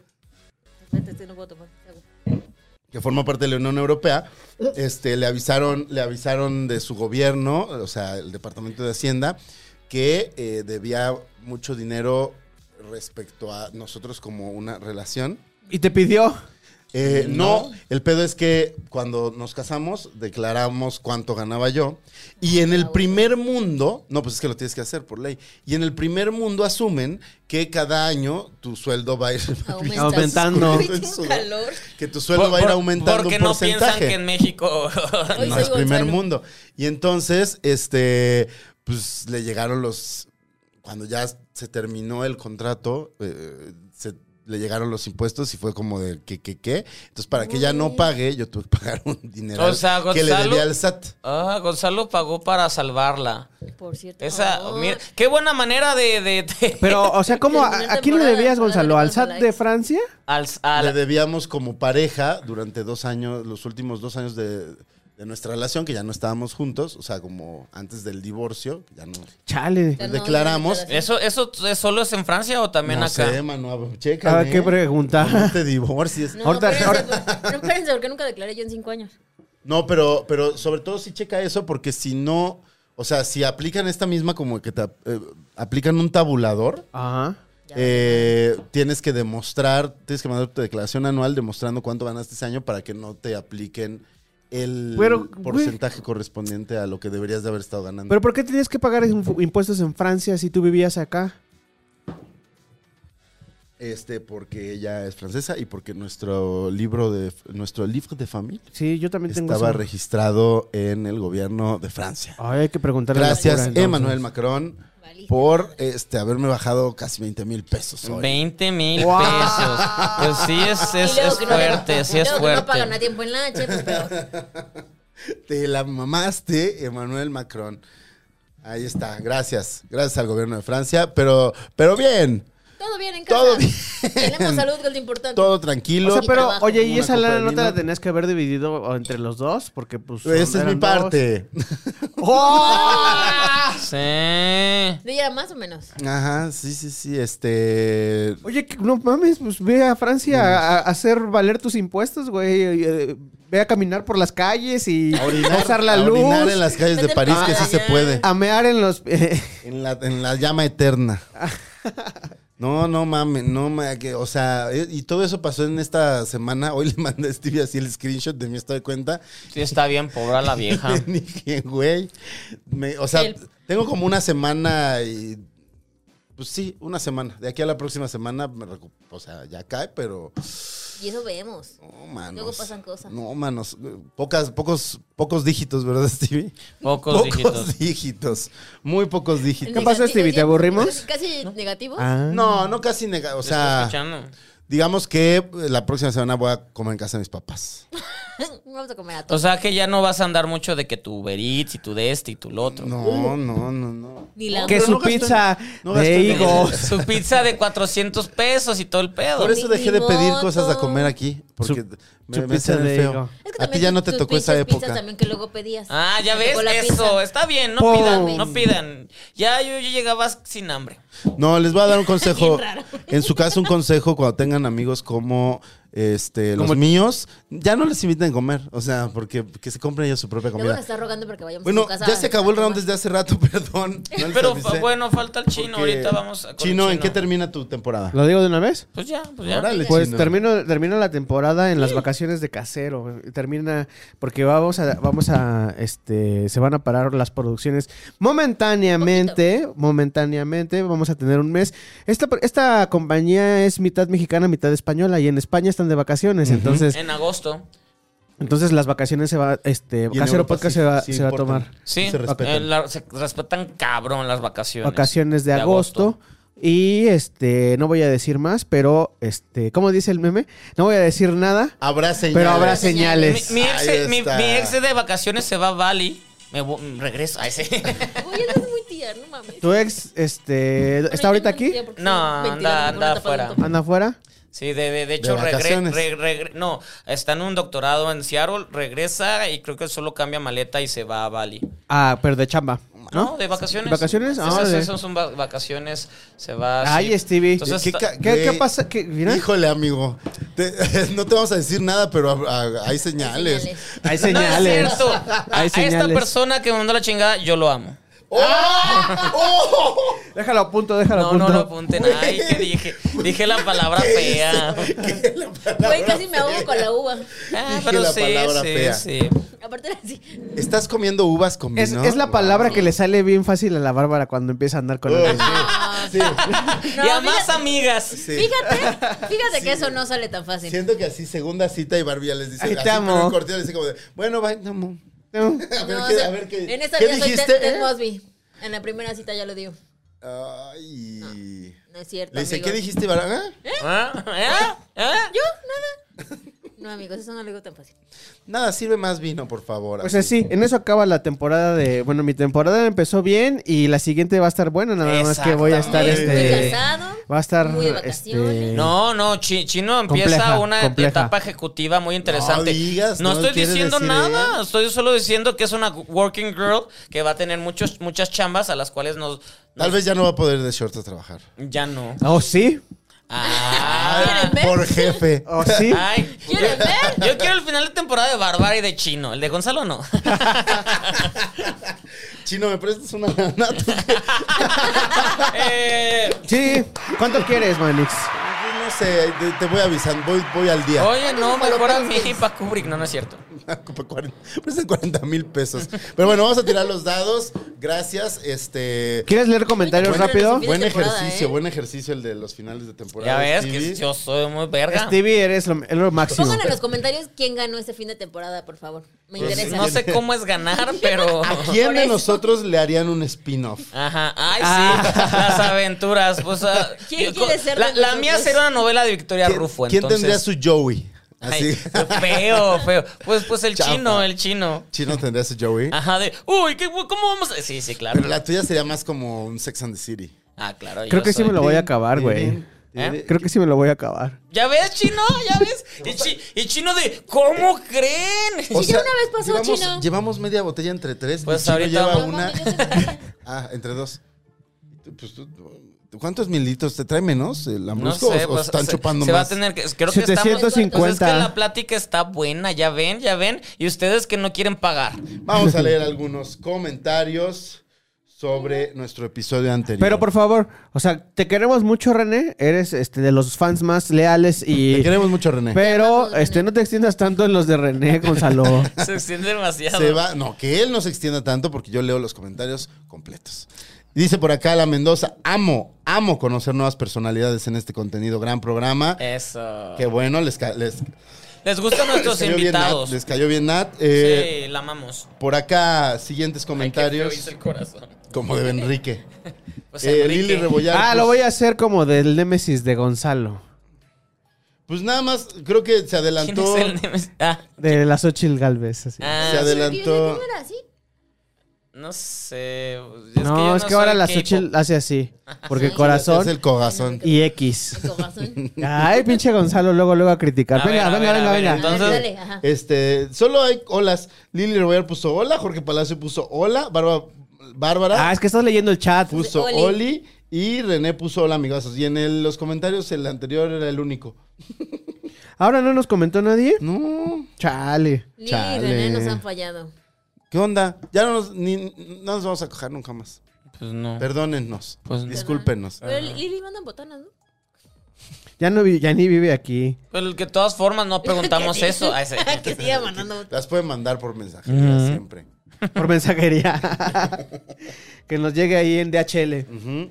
Espérate, estoy no puedo tomar. que forma parte de la Unión Europea, este, le avisaron, le avisaron de su gobierno, o sea, el Departamento de Hacienda, que eh, debía mucho dinero respecto a nosotros como una relación. Y te pidió. Eh, no. el pedo es que cuando nos casamos declaramos cuánto ganaba yo. Y en el primer mundo, no, pues es que lo tienes que hacer por ley. Y en el primer mundo asumen que cada año tu sueldo va a ir Aumenta. Aumentando. Uy, tengo un calor. que tu sueldo va a ir aumentando Porque un no piensan porcentaje. que en México. Hoy no soy es primer Gonzalo. mundo. Y entonces, este, pues le llegaron los. Cuando ya se terminó el contrato, eh, se- le llegaron los impuestos y fue como de que, que, que. Entonces, para que ella no pague, yo tuve que pagar un dinero O sea, que le Gonzalo- debía al SAT. Ah, Gonzalo pagó para salvarla. Por cierto. Esa, Oh, mira, qué buena manera de. de- de- Pero, o sea, ¿cómo? ¿A, a quién le debías, Gonzalo? ¿Al SAT de Francia? al- Le al- debíamos como pareja durante dos años, los últimos dos años de, de nuestra relación, que ya no estábamos juntos, o sea, como antes del divorcio, que ya no. Chale. ya no, declaramos. ya no, ya ¿Eso, eso es- solo es en Francia o también no acá? sé, Manu, checa. Ah, qué pregunta. No te divorcies. no, Ahorita- no, espérense, por- no, espérense, porque nunca declaré yo en cinco años. No, pero, pero sobre todo sí checa eso, porque si no, o sea, si aplican esta misma como que te eh, aplican un tabulador, Ajá. Ya. eh, tienes que demostrar, tienes que mandar tu declaración anual demostrando cuánto ganaste ese año para que no te apliquen el Pero, güey. porcentaje correspondiente a lo que deberías de haber estado ganando. ¿Pero por qué tenías que pagar inf- impuestos en Francia si tú vivías acá? este, porque ella es francesa y porque nuestro libro de nuestro livre de familia Sí, yo también tengo estaba eso. registrado en el gobierno de Francia. Ay, hay que preguntarle a la cura, Gracias, entonces. Emmanuel Macron, Valiste. por este, haberme bajado casi 20 mil pesos. hoy. 20 mil Wow. pesos. Pues sí, es, Y es, luego es que no- fuerte, sí y es luego que No pagan a fuerte. tiempo en la H, pues peor. Te la mamaste, Emmanuel Macron. Ahí está, gracias. Gracias al gobierno de Francia, pero, pero bien, Todo bien en casa. Todo bien. Tenemos salud, que es lo importante. todo O tranquilo. sea, Y pero, trabajo, oye, ¿y una esa copa lana de no te la vino. tenías que haber dividido entre los dos? Porque, pues. son- Esa es mi eran dos. parte. ¡Oh! Sí. Diga, más o menos. Ajá, sí, sí, sí, este... Oye, que- no mames, pues ve a Mm. Francia a, a hacer valer tus impuestos, güey. y, eh, Ve a caminar por las calles y a orinar- usar la a luz. orinar en las calles de Vete París, que para sí se Ah, allá. puede. A mear en los. En la, en la llama eterna. No, no mames, no mames, que, o sea, eh, y todo eso pasó en esta semana. Hoy le mandé a Stevie así el screenshot de mi estado de cuenta. Sí, está bien, pobre la vieja. Ni que, güey. Me- o sea, El- tengo como una semana y. Pues sí, una semana. De aquí a la próxima semana, me recu- o sea, ya cae, pero. Y eso vemos. No, manos. Luego pasan cosas. No, manos. Pocas, pocos, pocos dígitos, ¿verdad, Stevie? Pocos dígitos. dígitos. Muy pocos dígitos. ¿Qué pasó, Stevie? ¿Te aburrimos? Casi, casi negativos. Ah. No, no casi nega. O sea. Escuchando. Digamos que eh, la próxima semana voy a comer en casa de mis papás. Vamos a comer a O todos. sea que ya no vas a andar mucho de que tu Uber Eats y tu de este y tu lo otro. No, no, no, no. Uh. Ni la que pero su no gastó- pizza no gastó de en- higo. Su pizza de 400 pesos y todo el pedo. Por eso dejé de pedir Ni cosas de modo. comer aquí. Porque Su- me, su me pizza hacen el de feo. higo. Es que A ti también ya no tus te tocó esa pinches época. pizzas también que luego pedías. Ah, ya Te ves, tocó la eso, pizza. está bien, no Pum. pidan, no pidan. Ya yo, yo llegaba sin hambre. No, les voy a dar un consejo. Bien raro. En su caso, un consejo cuando tengan amigos como este, los Como- míos, ya no les inviten a comer. O sea, porque que se compren ellos su propia Luego nos comida. está rogando porque vayamos a Bueno, su casa. ya se acabó el round de desde hace rato, perdón. No les Pero avisé. bueno, falta el chino, Porque- ahorita vamos a con el Chino, ¿en qué termina tu temporada? ¿Lo digo de una vez? Pues ya, pues ya. Órale, Pues Chino. termino, termina la temporada en las vacaciones de casero. Termina porque vamos a, vamos a, este, se van a parar las producciones momentáneamente, momentáneamente. Vamos a tener un mes. Esta, esta compañía es mitad mexicana, mitad española y en España están de vacaciones. Entonces, En agosto. entonces las vacaciones se va, este, Y en casero Europa podcast sí- se va, sí se va a importan. tomar Sí, Se eh, respetan. la- se respetan cabrón las vacaciones. vacaciones de, De agosto. agosto. Y este, no voy a decir más, pero este, ¿cómo dice el meme? No voy a decir nada, Habrá señales. pero habrá Habrá señales. señales. Mi, mi ex, Ahí se- mi- está. mi ex de vacaciones se va a Bali. Me vo- mm, regreso a ese. Oye, eres muy tía, no mames. Tu ex, este, ¿está Bueno, yo ahorita no aquí? tía porque No, soy anda- mentira, me anda pongo una tapa de un afuera. topo. ¿Anda afuera? Sí, de, de, de hecho, De regre- vacaciones. re- regre- no, está en un doctorado en Seattle, regresa y creo que solo cambia maleta y se va a Bali. Ah, pero de chamba, No, ¿no? de vacaciones. ¿Vacaciones? Ah, Esas, de- esas son va- vacaciones, se va. Ay, sí. Stevie. Entonces, ¿Qué está- ca- ¿Qué, qué güey? pasa? ¿Qué, mira, Híjole, amigo. Te- no te vamos a decir nada, pero a- a- hay señales. Señales. hay No es señales. cierto. Hay a esta señales. persona que me mandó la chingada, yo lo amo. ¡Oh! Ah. Déjalo a punto, déjalo a No, punto. no lo apunten. Ay, ¿qué dije? Dije la palabra fea. Güey, casi me ahogo con la uva. Ah, Dije pero la sí, palabra sí, fea. sí. Aparte era así. ¿Estás comiendo uvas con Es, vino? es la palabra que le sale bien fácil a la Bárbara cuando empieza a andar con él. Sí. y a fíjate- más amigas. Sí. Fíjate, fíjate Sí, que eso güey. no sale tan fácil. Siento que así, segunda cita y Barbie ya les dice. Ay, te así, amo. pero en cortito les dice como de, bueno, bye, no, mo. A ver, No, qué, o sea, a ver qué. en esta ¿Qué vida soy Ted, Ted eh? Mosby. En la primera cita ya lo digo. Ay. No es cierto. Le dice, amigos. ¿qué dijiste, Barbara? ¿Ah? ¿Ah? ¿Ah? ¿Ah? Yo, nada. No, amigos, eso no lo digo tan fácil. Nada, sirve más vino, por favor. Pues así. así, en eso acaba la temporada de. Bueno, mi temporada empezó bien y la siguiente va a estar buena, nada más que voy a estar Exactamente. Estoy este. casado. Va a estar. Muy de vacaciones. este, No, no, Chi- Chino empieza Compleja, una compleja. etapa ejecutiva muy interesante. No digas, no estoy quieres diciendo decir nada, estoy solo diciendo que es una working girl que va a tener muchos, muchas chambas a las cuales nos... Tal nos- vez ya no va a poder de shorts a trabajar. Ya no. Oh, sí. Ah. ¿Quieren ver? Por jefe. Oh, sí. Ay, ¿Quieren ver? yo quiero el final de temporada de Bárbara y de Chino. El de Gonzalo no. Chino, ¿me prestas una lana? Tú que- Eh, Sí. ¿Cuánto quieres, Manix? No sé, te, te voy avisando, voy, voy al día. oye, no, mejor a mí para Kubrick. No, no es cierto. Ocupa 40 Prestan 40 pues mil pesos. Pero bueno, vamos a tirar los dados. Gracias. Este. ¿Quieres leer comentarios Bueno, rápido? Fin de Buen temporada, ejercicio, ¿eh? buen ejercicio el de los finales de temporada. Ya ves que Stevie. yo soy muy verga. Stevie, eres lo, eres lo máximo. Pongan en los comentarios quién ganó este fin de temporada, por favor. Me Pues, interesa. No sé cómo es ganar, pero... ¿A quién Por de eso. nosotros le harían un spin-off? Ajá, ay, sí, Ah. las aventuras. Pues, ah, ¿Quién yo- quiere ser de la, la nosotros? mía sería una novela de Victoria ¿Quién, Rufo. quién entonces. tendría su Joey? Ay, Así. feo, feo. Pues, pues el Chafa. chino, el chino. Chino tendría su Joey. Ajá, de. Uy, ¿qué, ¿cómo vamos? a-?" Sí, sí, claro. Pero la tuya sería más como un Sex and the City. Ah, claro. Creo yo que sí soy- me lo voy a acabar, güey. Tin, ¿Eh? Creo que sí me lo voy a acabar. ¿Ya ves, chino? ¿Ya ves? Y, chi- y chino de. ¿Cómo creen? Sí, ya una vez pasó, llevamos, Chino. Llevamos media botella entre tres. Pues y Chino ahorita lleva vamos. una. Ah, entre dos. Tú, Pues, tú- tú- ¿Cuántos mililitros te trae menos? ¿El No Lambrusco sé, o, o pues, están se, chupando se va a más? tener que. Creo que estamos. Pues es 750. que la plática está buena, ya ven, ya ven. Y ustedes que no quieren pagar. Vamos a leer algunos comentarios sobre nuestro episodio anterior. Pero por favor, o sea, te queremos mucho, René. Eres este de los fans más leales Te y. queremos mucho, René. Pero este, no te extiendas tanto en los de René, Gonzalo. Se extiende demasiado. Se va, no, que él no se extienda tanto porque yo leo los comentarios completos. Dice por acá la Mendoza, amo, amo conocer nuevas personalidades en este contenido, gran programa. Eh. Eso. Qué bueno, les, ca- les, Les gustan les nuestros cayó bien Nat. invitados. Les cayó bien Nat. Eh, sí, la amamos. Por acá, siguientes comentarios, el corazón. como de Enrique. Pues Eh, Enrique. Lili Rebollar. Ah, pues- lo voy a hacer como del Némesis de Gonzalo. Pues nada más, creo que se ¿Quién adelantó. es el Nemes? Ah, De las Ochil Galvez. así. ah, Se adelantó. ¿Cómo era así? no sé. pues, no, es que ahora las Ochil... Ochil hace así. Porque Sí. Es corazón el cogazón. y X. El cogazón. Ay, pinche Gonzalo, luego, luego a criticar. A venga, ver, a venga, ver, venga, a ver, venga. entonces- Dale, dale, ajá. Este, solo hay olas. Lili Rebollar puso hola, Jorge Palacio puso hola, Barba- Bárbara Ah, es que estás leyendo el chat. puso Oli. Oli. y René puso hola, amigazos. Y en el- los comentarios el anterior era el único. Ahora no nos comentó nadie. No, Chale. Lili y Chale. René nos han fallado. ¿qué onda? Ya no nos, ni- no nos vamos a coger nunca más. Pues no. Perdónennos. Pues no. Discúlpenos. Pero Lili mandan botanas, ¿no? Ya, no vi- ya ni vive aquí. Pero que de todas formas no preguntamos Que- eso. Ah, ese. que siga mandando botanas. Las pueden mandar por mensajería siempre. Por mensajería. que nos llegue ahí en DHL.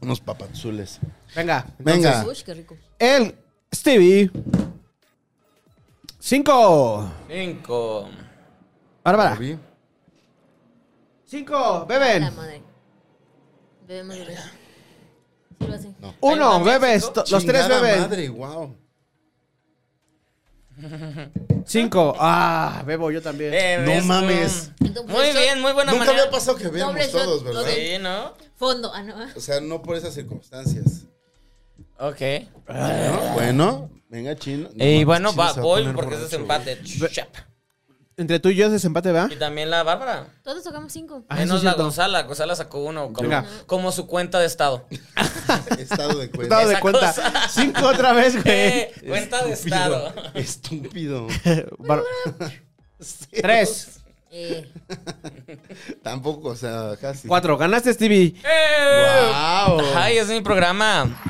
Unos papazules. Venga. Venga. Uy, qué rico. El Stevie. Cinco. Cinco. Bárbara. Barbie. Cinco. La Beben. madre. Bebemos de verdad. Sí lo hace. Uno. Ahí va, Bebes. México. to- Los tres Chingada beben. madre, wow. Cinco. Ah, bebo yo también. Eh. Bebes, mames. mm. Entonces, Muy shot, bien, muy buena Nunca manera. había pasado que Doble veamos shot, todos, ¿verdad? doble. Sí, ¿no? Fondo, ah, no. ah. O sea, no por esas circunstancias. Ok. Eh. ¿No? Bueno, venga, chino. No, y mames, bueno, Chino va, se a voy poner porque es borracho, desempate. Chap. Entre tú y yo es desempate, ¿verdad? Y también la Bárbara. Todos sacamos cinco. Ah, sí, Menos es la cierto. Gonzala. Gonzala sacó uno como, Venga. como su cuenta de estado. güey. Estado de Estado cuenta. de Esa cuenta. cosa. Cinco otra vez, güey. Eh, cuenta de estado. Estúpido. Bar- Tres. Eh, Tampoco, o sea, casi. Cuatro, ganaste, Stevie. ¡Wow! Eh. Ay, es mi programa.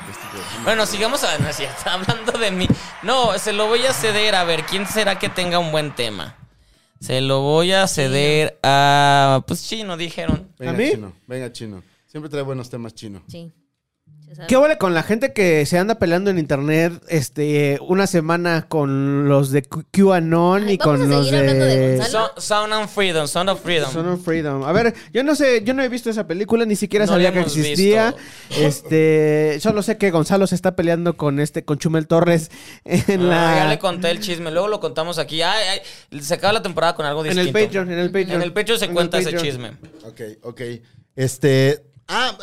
Bueno, sigamos a... No, si ya está hablando de mí. No, se lo voy a ceder. A ver, ¿quién será que tenga un buen tema? Se lo voy a ceder a... Pues chino, dijeron. Venga, ¿A mí? chino. Venga, chino. Siempre trae buenos temas chino. sí. Ya sabes. ¿Qué huele con la gente que se anda peleando en internet este una semana con los de Q- QAnon Ay, y con vamos a los seguir hablando de Gonzalo. So- de Sound and Freedom, Sound of Freedom. Son of Freedom. A ver, yo no sé, yo no he visto esa película, ni siquiera No sabía la que hemos existía. visto. Este, solo sé que Gonzalo se está peleando con este con Chumel Torres en Ah, ya la le conté el chisme, luego lo contamos aquí. Ay, ay, se acaba la temporada con algo en distinto. el Patreon, en el Patreon. En el Patreon se En el cuenta ese Patreon. chisme. Ok, ok. Este. Ah,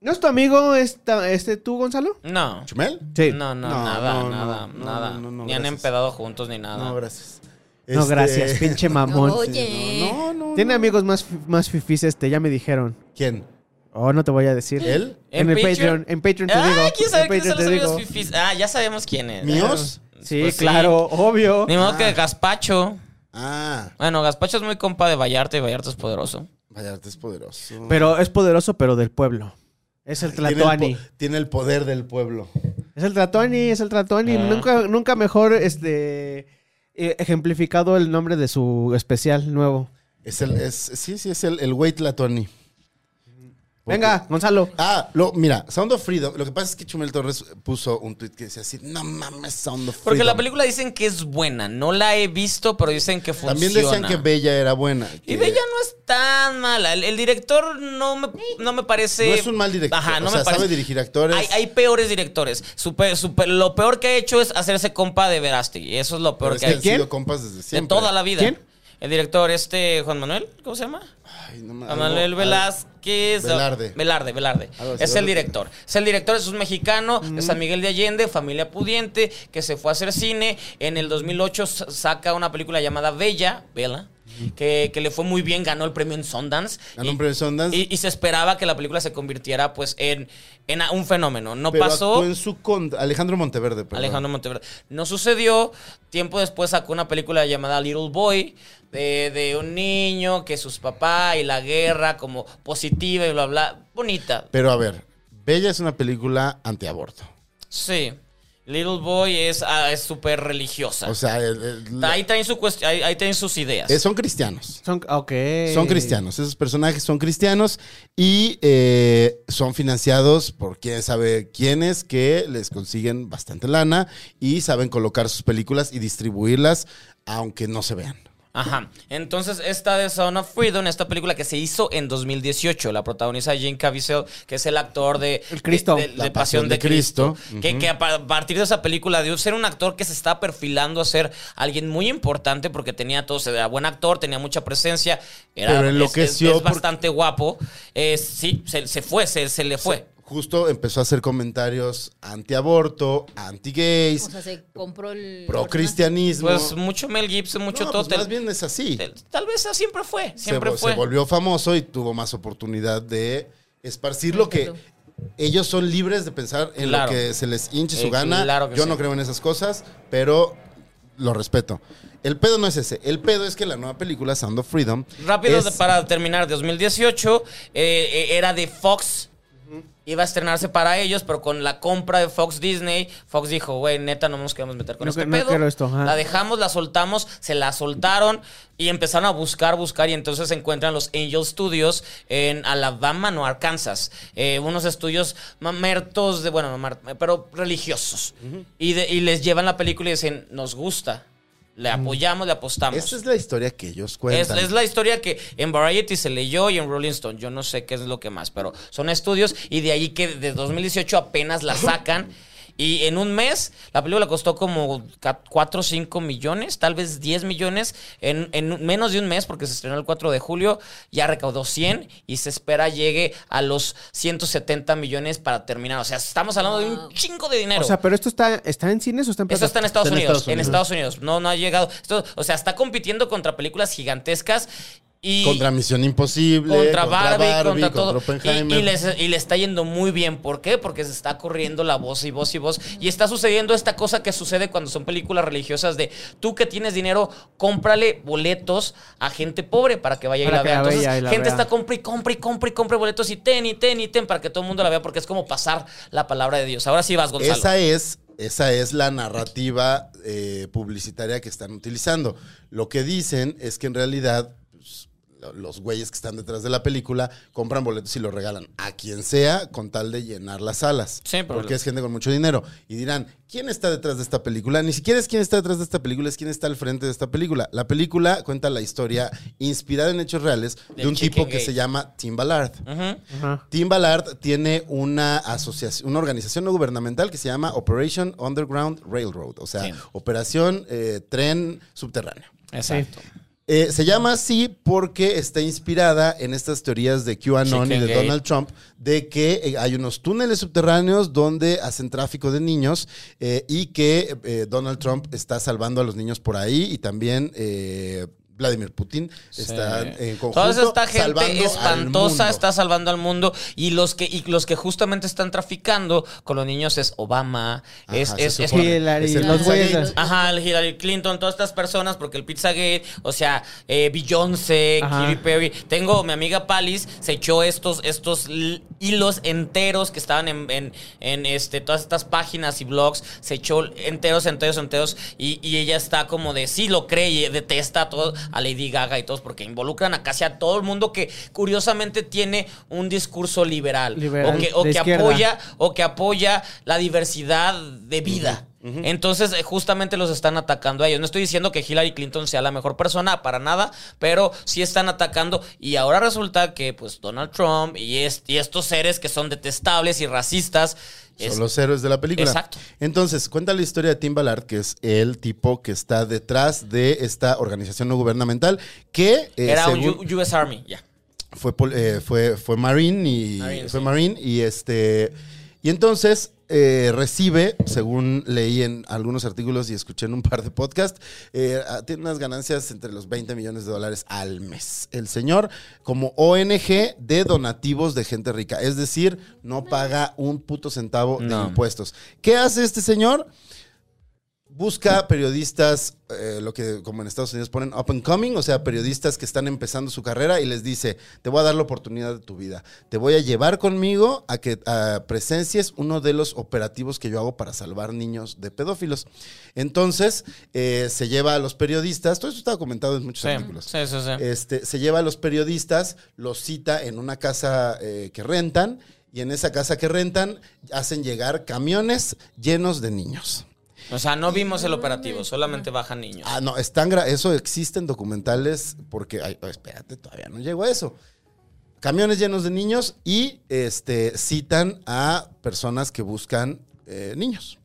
¿No es tu amigo esta- este tú Gonzalo? No. ¿Chumel? Sí. No, no, No, nada, no, no, nada, no, nada. no, no, no, ni han gracias. empedado juntos ni nada. No, gracias. No, Este- gracias, pinche mamón. Oye. No, no, no. Tiene amigos más fi- más fifís este, ya me dijeron. ¿Quién? Oh, no te voy a decir. ¿Él? En, el Patreon, en Patreon te digo. Ah, ¿quién sabe en quiénes son Patreon los te amigos digo. fifís? Ah, ya sabemos quién es. ¿Míos? Sí, Pues sí. claro, obvio. Ni modo que Gaspacho. Ah, Bueno, Gaspacho es muy compa de Vallarta y Vallarta es poderoso. Vallarta es poderoso. Pero es poderoso, pero del pueblo. Es el Tiene el po- Tlatoani. tiene el poder del pueblo. Es el Tlatoani, es el Tlatoani. Ah. Nunca, nunca mejor este eh, ejemplificado el nombre de su especial nuevo. Es el, es, sí, sí, es el, el güey Tlatoani. Venga, Gonzalo. Ah, lo, mira, Sound of Freedom. Lo que pasa es que Chumel Torres puso un tweet que decía así: No mames, Sound of Freedom. Porque la película dicen que es buena. No la he visto, pero dicen que funciona. También decían que Bella era buena. Y que- Bella no es tan mala. El, el director no me, no me parece. No es un mal director. Ajá, no o sea, me parece. sabe dirigir actores. Hay, hay peores directores. Su pe- su pe- lo peor que ha hecho es hacerse compa de Verástegui. Eso es lo pero peor es que que ha han hecho. sido compas desde De siempre. toda la vida. ¿Quién? El director, este, Juan Manuel, ¿cómo se llama? Ay, Ah, no mames, Juan Manuel algo- Velázquez. Velarde. Velarde, Velarde. Algo así, Mm. Es el algo- director. Es el director, es un mexicano, de San Miguel de Allende, familia pudiente, que se fue a hacer cine. En el 2008 sa- saca una película llamada Bella, Bella, que, que le fue muy bien, ganó el premio en Sundance. Ganó Y- un premio en Sundance. Y, y se esperaba que la película se convirtiera pues en, en a- un fenómeno. No Pero pasó. actuó en su contra. Alejandro Monteverde, perdón. Alejandro Monteverde. No sucedió. Tiempo después sacó una película llamada Little Boy, de, de un niño que sus papás y la guerra como positiva y bla, bla. Bonita. Pero a ver, Bella es una película antiaborto. Sí. Little Boy es ah, es súper religiosa. O sea, el- el- ahí, traen su cuest- ahí, ahí traen sus ideas. eh, son cristianos. Son, ok. Eh. Son cristianos. Esos personajes son cristianos y eh, son financiados por quién sabe quiénes que les consiguen bastante lana y saben colocar sus películas y distribuirlas aunque no se vean. Ajá. Entonces, esta de Sound of Freedom, esta película que se hizo en 2018, la protagoniza Jim Caviezel, que es el actor de... El Cristo. de- de- La de Pasión de Cristo. Cristo. Que, Ujú. que a pa- partir de esa película dio ser un actor que se está perfilando a ser alguien muy importante porque tenía todo, se era buen actor, tenía mucha presencia, era Pero es- enloqueció es, es porque- bastante guapo. Eh, sí, se, se fue, se, se le fue. Justo empezó a hacer comentarios antiaborto, anti-gays, O sea, se compró el. pro-cristianismo. Pues mucho Mel Gibson, mucho No, pues Totel. más bien es así. Tal vez ah, siempre fue, se siempre vo- se, fue. volvió famoso y tuvo más oportunidad de esparcir lo que ellos son libres de pensar en Claro. lo que se les hinche su Eh, gana. claro que Yo sí. no creo en esas cosas, pero lo respeto. El pedo no es ese. El pedo es que la nueva película Sound of Freedom Rápido es- de- para terminar, 2018 eh, eh, era de Fox. Iba a estrenarse para ellos, pero con la compra de Fox Disney, Fox dijo, güey, neta, no nos queremos meter con No este que- no pedo. quiero esto, ajá. La dejamos, la soltamos, se la soltaron y empezaron a buscar, buscar, y entonces se encuentran los Angel Studios en Alabama, no Arkansas. Eh, unos estudios mamertos de, bueno, no mar- pero religiosos. y, de- y les llevan la película y dicen, nos gusta, le apoyamos, le apostamos. Esta es la historia que ellos Es, cuentan. es la historia que en Variety se leyó y en Rolling Stone. Yo no sé qué es lo que más, pero son estudios y de ahí que de 2018 apenas la sacan. Y en un mes, la película costó como 4 o 5 millones, tal vez 10 millones, en, en menos de un mes, porque se estrenó el 4 de julio, ya recaudó 100 y se espera llegue a los 170 millones para terminar. O sea, estamos hablando de un Wow. chingo de dinero. O sea, pero esto está, está en cines o está en Eso plata- está en Estados Está en Unidos. Estados En Estados Unidos. No, no ha llegado. Esto- o sea, está compitiendo contra películas gigantescas Y contra Misión Imposible, contra Barbie, contra todo. Oppenheimer. Y, y les- y le está yendo muy bien. ¿Por qué? Porque se está corriendo la voz y voz y voz. Y está sucediendo esta cosa que sucede cuando son películas religiosas de tú que tienes dinero, cómprale boletos a gente pobre para que vaya y Para la que vea. la vea Entonces, y la gente vea. está compra y compra y compra y compra boletos y ten y ten y ten para que todo el mundo la vea porque es como pasar la palabra de Dios. Ahora sí vas, Gonzalo. Esa es, esa es la narrativa eh, publicitaria que están utilizando. Lo que dicen es que en realidad pues, lo- los güeyes que están detrás de la película compran boletos y los regalan a quien sea con tal de llenar las salas. Sí, pero- porque es gente con mucho dinero. Y dirán, ¿quién está detrás de esta película? Ni siquiera es quién está detrás de esta película, es quién está al frente de esta película. La película cuenta la historia inspirada en hechos reales de Del un tipo Chicken que Gate. se llama Tim Ballard. Ujú. Ajá. Tim Ballard tiene una asociación, una organización no gubernamental que se llama Operation Underground Railroad, o sea, Sí. Operación eh, Tren Subterráneo. Exacto. Eh, se llama así porque está inspirada en estas teorías de QAnon y Chicken de Gate. Donald Trump de que eh, hay unos túneles subterráneos donde hacen tráfico de niños eh, y que eh, Donald Trump está salvando a los niños por ahí y también eh, Vladimir Putin está en conjunto Toda esta salvando al gente espantosa mundo. está salvando al mundo y los que y los que justamente están traficando con los niños es Obama, Ajá, es, se es, es- supone. Hillary, Es el los güeyes Pizzagate. de- Ajá, el Hillary Clinton, todas estas personas, porque el Pizzagate, o sea, eh, Beyoncé, Ajá. Katy Perry. Tengo mi amiga Palis, se echó estos, estos l- hilos enteros que estaban en, en- en, este, todas estas páginas y blogs, se echó enteros, enteros, enteros, y, y ella está como de sí lo cree y detesta a, todo, a Lady Gaga y todos, porque involucran a casi a todo el mundo que curiosamente tiene un discurso liberal, Liberal, o que, o de que izquierda. apoya o que apoya la diversidad de vida. Entonces, eh, justamente los están atacando a ellos. No estoy diciendo que Hillary Clinton sea la mejor persona, para nada, pero sí están atacando. Y ahora resulta que, pues, Donald Trump y, est- y estos seres que son detestables y racistas. es- Son los héroes de la película. Exacto. Entonces, cuenta la historia de Tim Ballard, que es el tipo que está detrás de esta organización no gubernamental, que eh, era un según- U- US Army, ya. fue, pol- eh, fue, fue Marine y Marine, fue sí. Marine y este y entonces eh, recibe, según leí en algunos artículos y escuché en un par de podcasts, eh, a- tiene unas ganancias entre los 20 millones de dólares al mes. El señor como ONG de donativos de gente rica, es decir, no paga un puto centavo de No. impuestos. ¿Qué hace este señor? Busca periodistas, eh, lo que como en Estados Unidos ponen up and coming, o sea, periodistas que están empezando su carrera y les dice, te voy a dar la oportunidad de tu vida, te voy a llevar conmigo a que a presencies uno de los operativos que yo hago para salvar niños de pedófilos. Entonces, eh, se lleva a los periodistas, todo esto está documentado en muchos Sí, artículos. sí, sí, sí. Este, se lleva a los periodistas, los cita en una casa eh, que rentan y en esa casa que rentan hacen llegar camiones llenos de niños. O sea, no vimos el operativo, solamente bajan niños. Ah, no, están gra- eso existen documentales porque ay, espérate, todavía no llegó a eso. Camiones llenos de niños y este citan a personas que buscan eh, niños,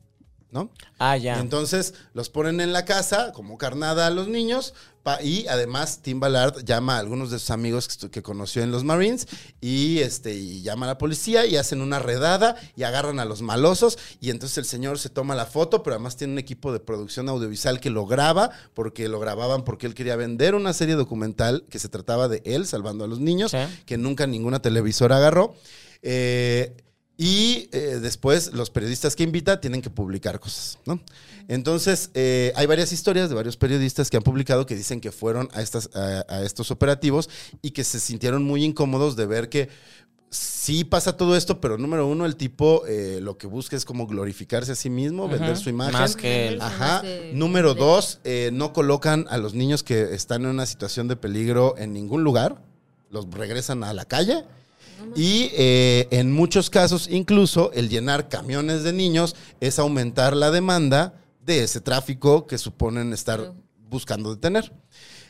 ¿no? Ah, Y ya. entonces los ponen en la casa como carnada a los niños. pa- y además Tim Ballard llama a algunos de sus amigos que, estu- que conoció en los Marines y, este, y llama a la policía y hacen una redada y agarran a los malosos y entonces el señor se toma la foto, pero además tiene un equipo de producción audiovisual que lo graba porque lo grababan porque él quería vender una serie documental que se trataba de él salvando a los niños Sí. que nunca ninguna televisora agarró. Eh, y eh, después los periodistas que invita tienen que publicar cosas, ¿no? Entonces, eh, hay varias historias de varios periodistas que han publicado que dicen que fueron a, estas, a, a estos operativos y que se sintieron muy incómodos de ver que sí pasa todo esto, pero número uno, el tipo eh, lo que busca es como glorificarse a sí mismo, vender su imagen. Más que el- Ajá. Más que- Número dos, eh, no colocan a los niños que están en una situación de peligro en ningún lugar. Los regresan a la calle. Y eh, en muchos casos, incluso el llenar camiones de niños es aumentar la demanda de ese tráfico que suponen estar buscando detener.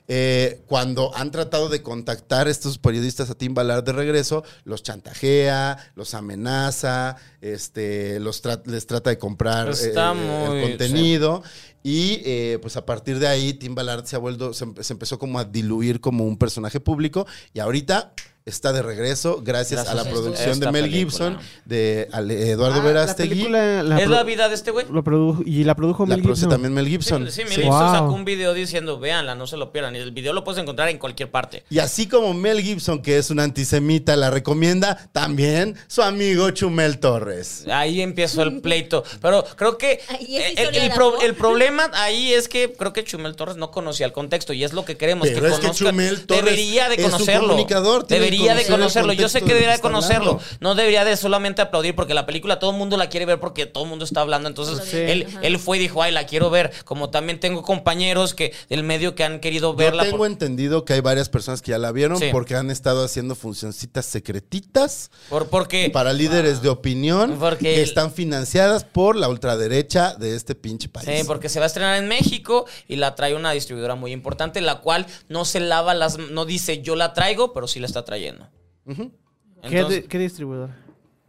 Eh, cuando han tratado de contactar estos periodistas a Tim Ballard de regreso, los chantajea, los amenaza, este, los tra- les trata de comprar Está eh, el muy- contenido. Y eh, pues a partir de ahí, Tim Ballard se ha vuelto, se, empe- se empezó como a diluir como un personaje público y ahorita está de regreso gracias, Gracias a la a producción esta de Mel película. Gibson, de Ale- Eduardo Ah, la Verástegui. película la ¿Es la pro- vida de este güey? lo produjo y la produjo La Mel produce Gibson. también Mel Sí, Gibson. sí, Sí. Mel Gibson sacó Wow. un video diciendo, véanla, no se lo pierdan. Y el video lo puedes encontrar en cualquier parte. Y así como Mel Gibson, que es un antisemita, la recomienda, también su amigo Chumel Torres. Ahí empezó el pleito. Pero creo que Ahí es eh, el, historia de pro- amor. el problema ahí es que creo que Chumel Torres no conocía el contexto y es lo que queremos Pero que es que conozca. Chumel Torres debería de es un conocerlo. comunicador, tiene que debería de conocer el conocerlo. Yo contexto sé que de lo debería que de está conocerlo. hablando. No debería de solamente aplaudir porque la película todo el mundo la quiere ver porque todo el mundo está hablando. Entonces Sí. él, Ajá. él fue y dijo, ay, la quiero ver. Como también tengo compañeros que del medio que han querido Yo verla. tengo por- entendido que hay varias personas que ya la vieron Sí. porque han estado haciendo funcioncitas secretitas por- porque para líderes de opinión Porque- que están financiadas por la ultraderecha de este pinche país. Sí, porque se va a estrenar en México y la trae una distribuidora muy importante, la cual no se lava las, no dice yo la traigo, pero sí la está trayendo. ¿Qué, Entonces, di- qué distribuidor?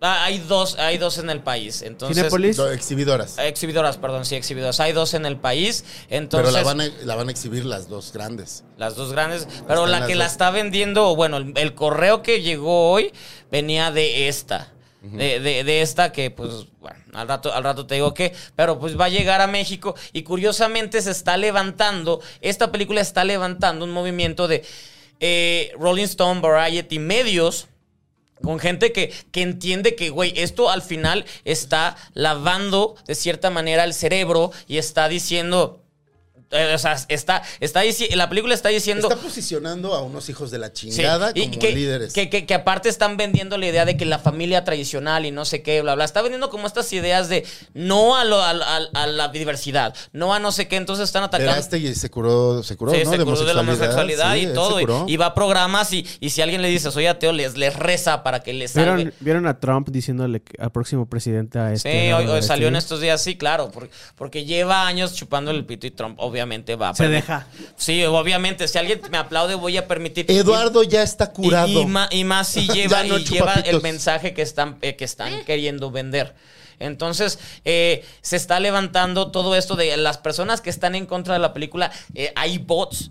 ah, hay dos, hay dos en el país. Entonces, Cinépolis. No, Eh, exhibidoras. exhibidoras, perdón, sí, exhibidoras. Hay dos en el país. Pero Entonces, la van, a, la van a exhibir las dos grandes. las dos grandes, pero Están la las que la dos. está vendiendo, o bueno, el, el correo que llegó hoy venía de esta. De, de- de esta que pues bueno, al rato, al rato te digo que, pero pues va a llegar a México y curiosamente se está levantando, esta película está levantando un movimiento de eh, Rolling Stone, Variety, medios, con gente que, que entiende que, güey, esto al final está lavando de cierta manera el cerebro y está diciendo... eh, o sea, está, está dici- la película está diciendo... Está posicionando a unos hijos de la Sí, chingada y como que, líderes. Que, que- que aparte están vendiendo la idea de que la familia tradicional y no sé qué, bla, bla. Está vendiendo como estas ideas de no a, lo- a- a- a la diversidad, no a no sé qué. Entonces están atacando. Verástegui se curó, se este curó, Sí, ¿no? se de curó de la homosexualidad sí, y él todo. se curó. Y, y va a programas y, y si alguien le dice soy ateo, les, les reza para que les salve. ¿Vieron, vieron a Trump diciéndole que- al próximo presidente a este. Sí, hoy, ¿no? hoy salió en Sí. estos días, sí, claro, porque, porque lleva años chupando el pito y Trump obviamente va a Se permi- deja. Sí, obviamente, si alguien me aplaude voy a permitir. Eduardo ya está Y- curado. Y, ma- y más si lleva, Ya no y chupa lleva el pitos. mensaje que están, eh, que están queriendo vender. Entonces, eh, se está levantando todo esto de las personas que están en contra de la película. eh, hay bots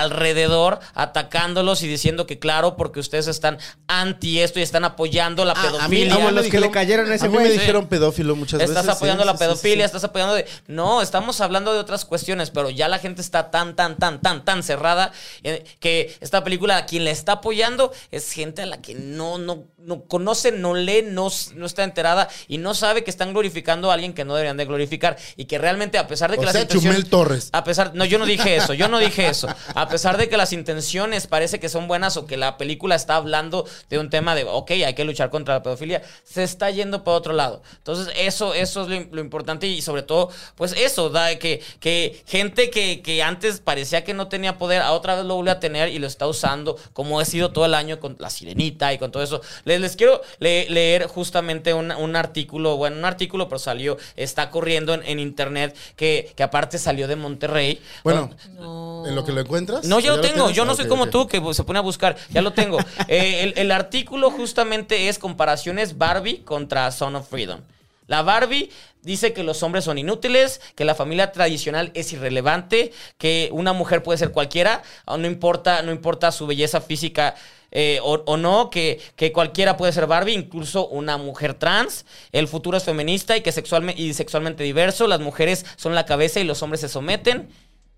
alrededor atacándolos y diciendo que claro, porque ustedes están anti esto y están apoyando la Ah, a mí- pedofilia. a mí Como me los que le cayeron a ese a mí güey. me Sí. dijeron pedófilo muchas veces. Estás apoyando sí, la sí, sí, sí. pedofilia, estás apoyando de... No, estamos hablando de otras cuestiones, pero ya la gente está tan, tan, tan, tan, tan cerrada eh, que esta película a quien la está apoyando es gente a la que no, no, no conoce, no lee, no, s- no está enterada y no sabe que están glorificando a alguien que no deberían de glorificar y que realmente a pesar de que O las sea, intenciones- Chumel Torres. a pesar, no, yo no dije eso, yo no dije eso. A pesar de que las intenciones parece que son buenas o que la película está hablando de un tema de, ok, hay que luchar contra la pedofilia, se está yendo para otro lado. Entonces, eso, eso es lo, im- lo importante y sobre todo, pues eso, da que, que gente que, que antes parecía que no tenía poder, a otra vez lo vuelve a tener y lo está usando, como ha sido todo el año con la sirenita y con todo eso. Les, les quiero le- leer justamente un, un artículo, bueno, un artículo, pero salió, está corriendo en, en internet, que, que aparte salió de Monterrey. Bueno, No. ¿en lo que lo encuentras? No, ya lo tengo. tienes? Yo no Ah, soy ok, como ok. tú que se pone a buscar. Ya lo tengo. Eh, el, el artículo justamente es comparaciones Barbie contra Son of Freedom. La Barbie dice que los hombres son inútiles, que la familia tradicional es irrelevante, que una mujer puede ser cualquiera, o no importa, no importa su belleza física eh, o, o no, que, que cualquiera puede ser Barbie, incluso una mujer trans, el futuro es feminista y que sexualme- y sexualmente diverso, las mujeres son la cabeza y los hombres se someten.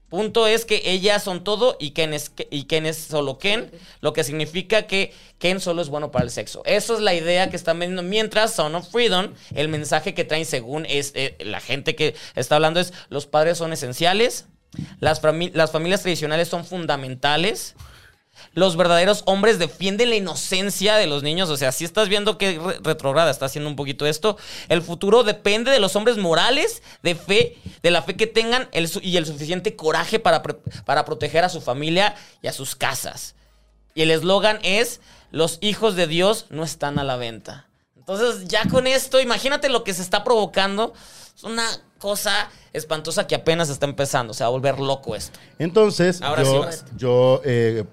Punto es que ellas son todo y Ken es, y Ken es solo Ken, lo que significa que Ken solo es bueno para el sexo. Eso es la idea que están vendiendo. Mientras Son of Freedom, el mensaje que traen según es, eh, la gente que está hablando es los padres son esenciales, las, fami- las familias tradicionales son fundamentales, los verdaderos hombres defienden la inocencia de los niños. O sea, si estás viendo que re- retrograda está haciendo un poquito esto, el futuro depende de los hombres morales, de fe, de la fe que tengan el su- y el suficiente coraje para, pre- para proteger a su familia y a sus casas. Y el eslogan es, los hijos de Dios no están a la venta. Entonces, ya con esto, imagínate lo que se está provocando. Es una cosa espantosa que apenas está empezando. O sea, a volver loco esto. Entonces, Ahora sí yo, vas. yo, eh,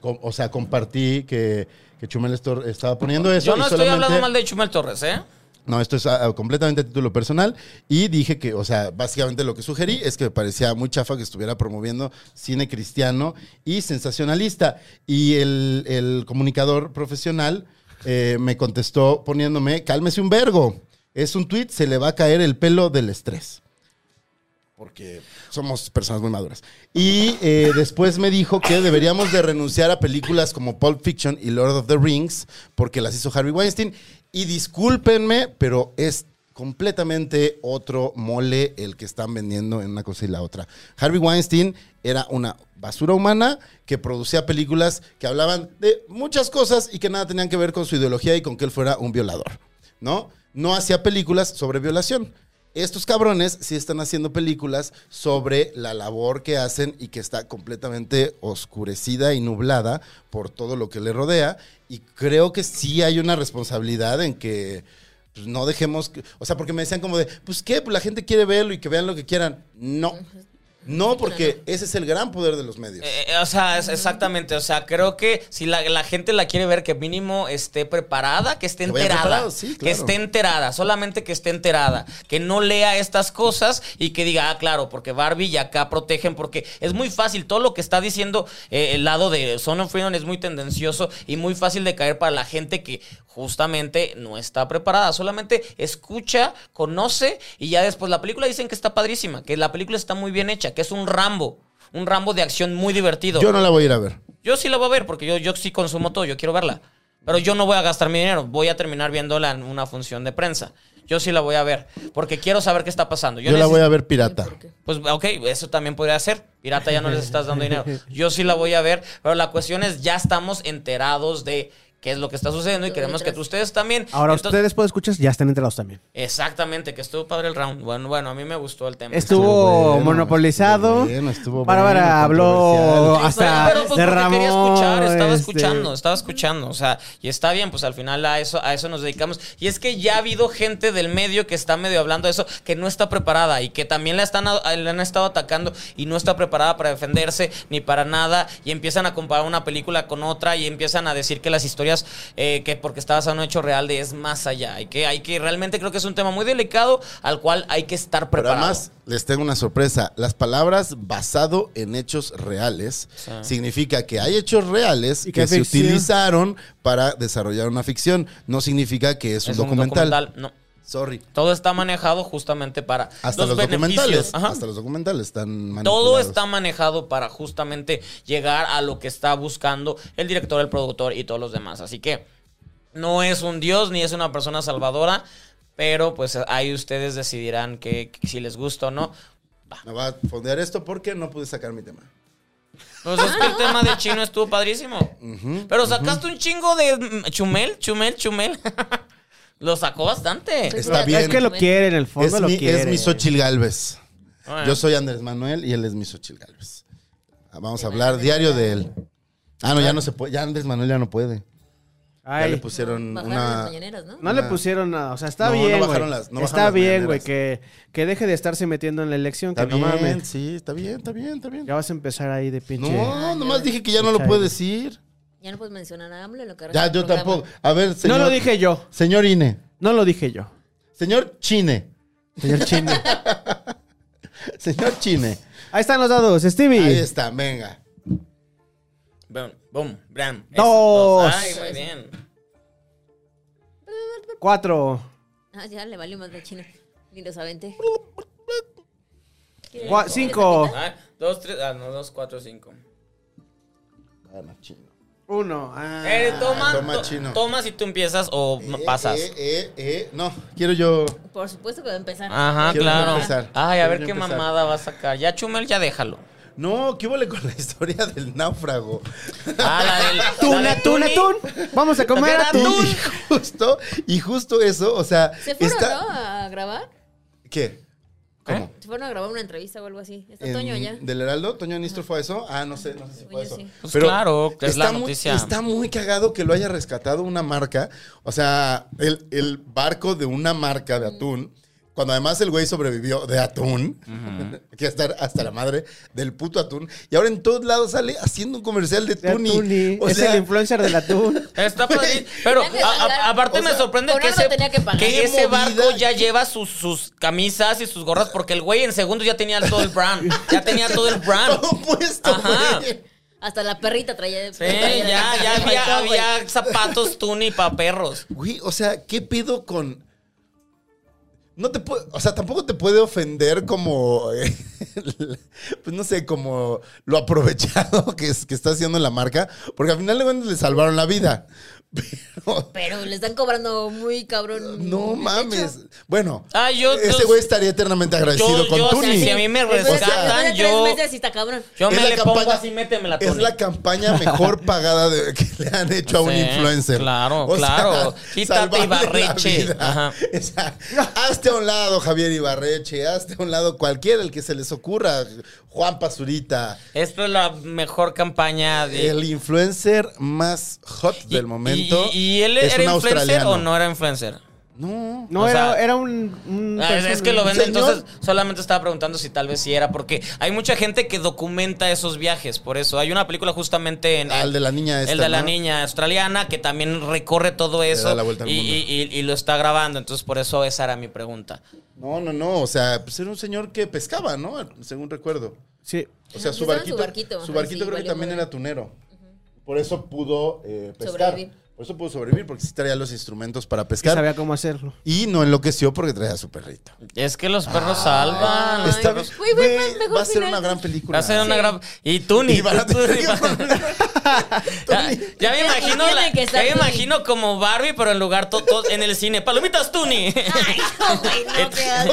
com- o sea, compartí que, que Chumel Estor estaba poniendo eso. Yo y no estoy hablando solamente- mal de Chumel Torres, ¿eh? No, esto es ah, completamente a título personal. Y dije que, o sea, básicamente lo que sugerí es que me parecía muy chafa que estuviera promoviendo cine cristiano y sensacionalista. Y el, el comunicador profesional eh, me contestó poniéndome, cálmese un vergo. Es un tweet, se le va a caer el pelo del estrés. Porque somos personas muy maduras. Y eh, después me dijo que deberíamos de renunciar a películas como Pulp Fiction y Lord of the Rings porque las hizo Harvey Weinstein. Y discúlpenme, pero es completamente otro mole el que están vendiendo en una cosa y la otra. Harvey Weinstein era una basura humana que producía películas que hablaban de muchas cosas y que nada tenían que ver con su ideología y con que él fuera un violador, ¿no? No hacía películas sobre violación. Estos cabrones sí están haciendo películas sobre la labor que hacen y que está completamente oscurecida y nublada por todo lo que le rodea. Y creo que sí hay una responsabilidad en que pues, no dejemos. que- o sea, porque me decían como de, pues qué, pues la gente quiere verlo y que vean lo que quieran. No. No, porque ese es el gran poder de los medios. Eh, eh, o sea, es- exactamente. O sea, creo que si la, la gente la quiere ver, que mínimo esté preparada, que esté Que vaya enterada. preparado, sí, claro. Que esté enterada, solamente que esté enterada. Que no lea estas cosas y que diga, ah, claro, porque Barbie y acá protegen, porque es muy fácil. Todo lo que está diciendo eh, el lado de Son of Freedom es muy tendencioso y muy fácil de caer para la gente que justamente no está preparada. Solamente escucha, conoce y ya después la película dicen que está padrísima, que la película está muy bien hecha, que es un Rambo. Un Rambo de acción muy divertido. Yo no la voy a ir a ver. Yo sí la voy a ver porque yo, yo sí consumo todo, yo quiero verla. Pero yo no voy a gastar mi dinero, voy a terminar viéndola en una función de prensa. Yo sí la voy a ver porque quiero saber qué está pasando. Yo la necesito- voy a ver pirata. Pues ok, eso también podría ser. Pirata ya no les estás dando dinero. Yo sí la voy a ver, pero la cuestión es ya estamos enterados de qué es lo que está sucediendo y Todo queremos que detrás. tú- ustedes también. Ahora, este- Entonces- pues, ustedes, pueden escuchar, ya están enterados también. Exactamente, que estuvo padre el round. Bueno, bueno, a mí me gustó el tema. Estuvo bueno, monopolizado. estuvo bueno, estuvo Bárbara bueno, habló controversial. hasta pero, pues, porque quería escuchar, estaba este, escuchando, estaba escuchando, o sea, y está bien, pues al final a eso, a eso nos dedicamos. Y es que ya ha habido gente del medio que está medio hablando de eso, que no está preparada y que también la están, a- eh, la han estado atacando y no está preparada para defenderse ni para nada y empiezan a comparar una película con otra y empiezan a decir que las historias eh, que porque está basado en un hecho real de es más allá y que hay que realmente creo que es un tema muy delicado al cual hay que estar Pero preparado. además, les tengo una sorpresa. Las palabras basado en hechos reales Sí. significa que hay hechos reales que, Y que hay se ficción. utilizaron para desarrollar una ficción. No significa que es un, Es documental. No. Sorry. Todo está manejado justamente para Hasta los, beneficios. documentales. Ajá. Hasta los documentales están Todo manipulados. está manejado para justamente llegar a lo que está buscando el director, el productor y todos los demás. Así que no es un dios ni es una persona salvadora, pero pues ahí ustedes decidirán que, que si les gusta o no. Me va a fondear esto porque no pude sacar mi tema. Pues es que el tema del chino estuvo padrísimo. pero sacaste un chingo de mm, chumel, chumel, chumel. Lo sacó bastante. Sí. Está Es bien. Es que lo quiere en el fondo, es, lo mi, quiere. es mi Xochitl Galvez. Bueno. Yo soy Andrés Manuel y él es mi Xochitl Galvez. Ah, Vamos a hablar diario de él. Ah, no, ya no se puede. Ya Andrés Manuel ya no puede. Ay, Ya le pusieron Bajaron las una. mañaneras, ¿no? no le pusieron nada, o sea, está No, no bien, güey. bajaron las- no bajaron está las bien, güey, mañaneras. que, que deje de estarse metiendo en la elección, Está que no bien, mames. sí, está bien, está bien, está bien. Ya vas a empezar ahí de pinche. No, nomás dije que ya no lo puedo decir. Ya no puedes mencionar a AMLO en lo que arranca Ya, el yo programa. tampoco. A ver, señor. no lo dije yo, Señor INE. no lo dije yo. Señor Chine. Señor Chino. Señor Chine. Ahí están los dados, Stevie. Ahí está, venga. Boom, boom, bram. Eso, Dos. Ay, muy bien. Cuatro. Ah, ya le valió más de China. Ni los aventé. Gua- cinco. Ah, dos, tres, ah, no, dos, cuatro, cinco. Bueno, chino. Uno. Ah. Eh, toma, toma to- chino. toma si tú empiezas o Eh, pasas. Eh, eh, eh, No, quiero yo. Por supuesto que va a empezar. Ajá, Quiero claro. empezar. Ay, a ver Quiero qué empezar. mamada va a sacar. Ya Chumel, ya déjalo. No, ¿qué huele con la historia del náufrago? Ah, la del. la Tuna, de tuna, Tuni. tun. Vamos a comer Era atún. atún. Y justo, y justo eso, o sea. ¿Se fueron está- ¿no? a grabar? ¿Qué? ¿Eh? ¿Cómo? Se fueron a grabar una entrevista o algo así. Está En- Toño allá. ¿Del Heraldo? ¿Toño Anistro fue a eso? Ah, no sé, no sé si Toño fue a eso. sí. Pues claro, es la muy- noticia. está muy cagado que lo haya rescatado una marca. O sea, el, el barco de una marca de atún Cuando además el güey sobrevivió de atún, que hasta, hasta la madre del puto atún. Y ahora en todos lados sale haciendo un comercial de De Tuni. Tuni. O es sea, el influencer del atún. Está padrísimo. Pero Gracias, a- a- Edgar. aparte O sea, me sorprende por que algo ese, tenía que pagar. que Qué ese movida. barco ya lleva sus, sus camisas y sus gorras porque el güey en segundos ya tenía todo el brand. Ya tenía todo el brand. todo puesto, Ajá. güey. Hasta la perrita traía. Sí, ya, ya había, faltó, güey. había zapatos tuni para perros. Güey, o sea, ¿qué pedo con...? No te puede, o sea, tampoco te puede ofender como, eh, pues no sé, como lo aprovechado que, es- que está haciendo la marca, porque al final de cuentas le salvaron la vida. Pero, Pero le están cobrando muy cabrón. no mames. Bueno, Ah, yo- ese yo- güey estaría eternamente agradecido yo- con yo- Tuni. si a mí me Después de- rescatan, después de tres yo- meses y está cabrón. Yo Es me la le pongo campaña- así, métemela, Es Tony. la campaña mejor pagada de- que le han hecho a un Sí, influencer. claro, O sea, claro. Quítate salvarle Ibarreche. la vida. Ajá. O sea, hazte a un lado, Javier Ibarreche. Hazte a un lado cualquiera, el que se les ocurra. Juan Pazurita. Esta es la mejor campaña de. El influencer más hot Y- del momento. ¿Y, y- y él es era un influencer australiano. o no era influencer? No. No, O era, sea- era un. un Ah, es, es que lo ven- vende, Señor. entonces solamente estaba preguntando si tal vez sí era, porque hay mucha gente que documenta esos viajes, por eso. Hay una película justamente en... Ah, el de la niña esta, El de la ¿no? niña australiana que también recorre todo eso da la vuelta al y, mundo. y- y- y lo está grabando, entonces por eso esa era mi pregunta. No, no, no. O sea, pues era un señor que pescaba, ¿no? Según recuerdo. Sí. O sea, Ajá, su estaba en barquito, su barquito, su barquito. ajá, sí, creo que valió también madre. era tunero. Por eso pudo eh, pescar. Sobrevivir. Por eso pudo sobrevivir, porque sí traía los instrumentos para Que pescar. sabía cómo hacerlo. Y no enloqueció porque traía a su perrito. Es que los perros salvan. los Está- perros- Güey, güey, más- mejor va a ser final. una gran Va película. a ser una gran... Y tú ni... Y van a tú- tú- tener que ni- Ya, ya me imagino Tiene la- que ya estar me Tuni. imagino como Barbie, pero en lugar to- to- en el cine. Palomitas Ay, Tuni. no, güey, no, qué asco.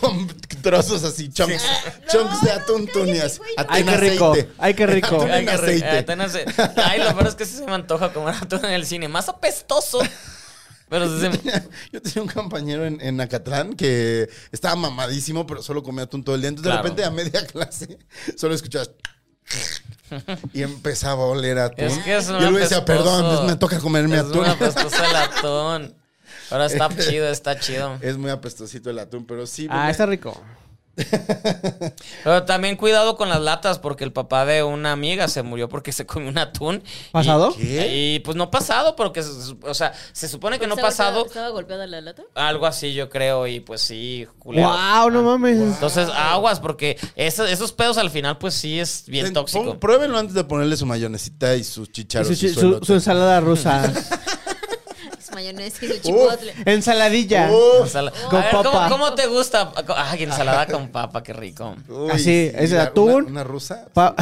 con, con trozos así, chunks, Ah, chunks de atún tunias. Ay, qué rico, ay, qué rico. Atún en Ay, qué rico. aceite. Ah, ten ace- Ay, lo peor es que sí se me antoja comer atún en el cine. Más apestoso. Pero sí se me- Yo tenía un compañero en, en Acatlán que estaba mamadísimo, pero solo comía atún todo el día. Entonces, Claro. de repente, a media clase, solo escuchabas. Y empezaba a oler a atún. Es que es y un luego decía, apestoso. perdón, pues, me toca comerme es atún. un apestoso el atún. Ahora está chido, está chido. Es muy apestosito el atún, pero sí. Ah, venía- está rico. Pero también cuidado con las latas, porque el papá de una amiga se murió porque se comió un atún. Y- ¿Pasado? Y, pues no pasado, porque, se- o sea, se supone que no ¿Estaba- pasado. ¿Estaba golpeada la lata? Algo así, yo creo, y pues sí, culero. ¡Wow! Ah, No mames. Entonces, aguas, porque eso- esos pedos al final, pues sí es bien Ten- tóxico. pon- pruébenlo antes de ponerle su mayonesita y sus chicharos. Su, y su- su su- elote. su ensalada rusa. Es mayonesa y su chipotle. Ensaladilla. Uf, Ensala- Con A ver, ¿cómo- papa. ¿cómo, te gusta? Ay, ensalada con papa, qué rico. uy, Así, sí, es de la- atún. Una, una rusa. Pa-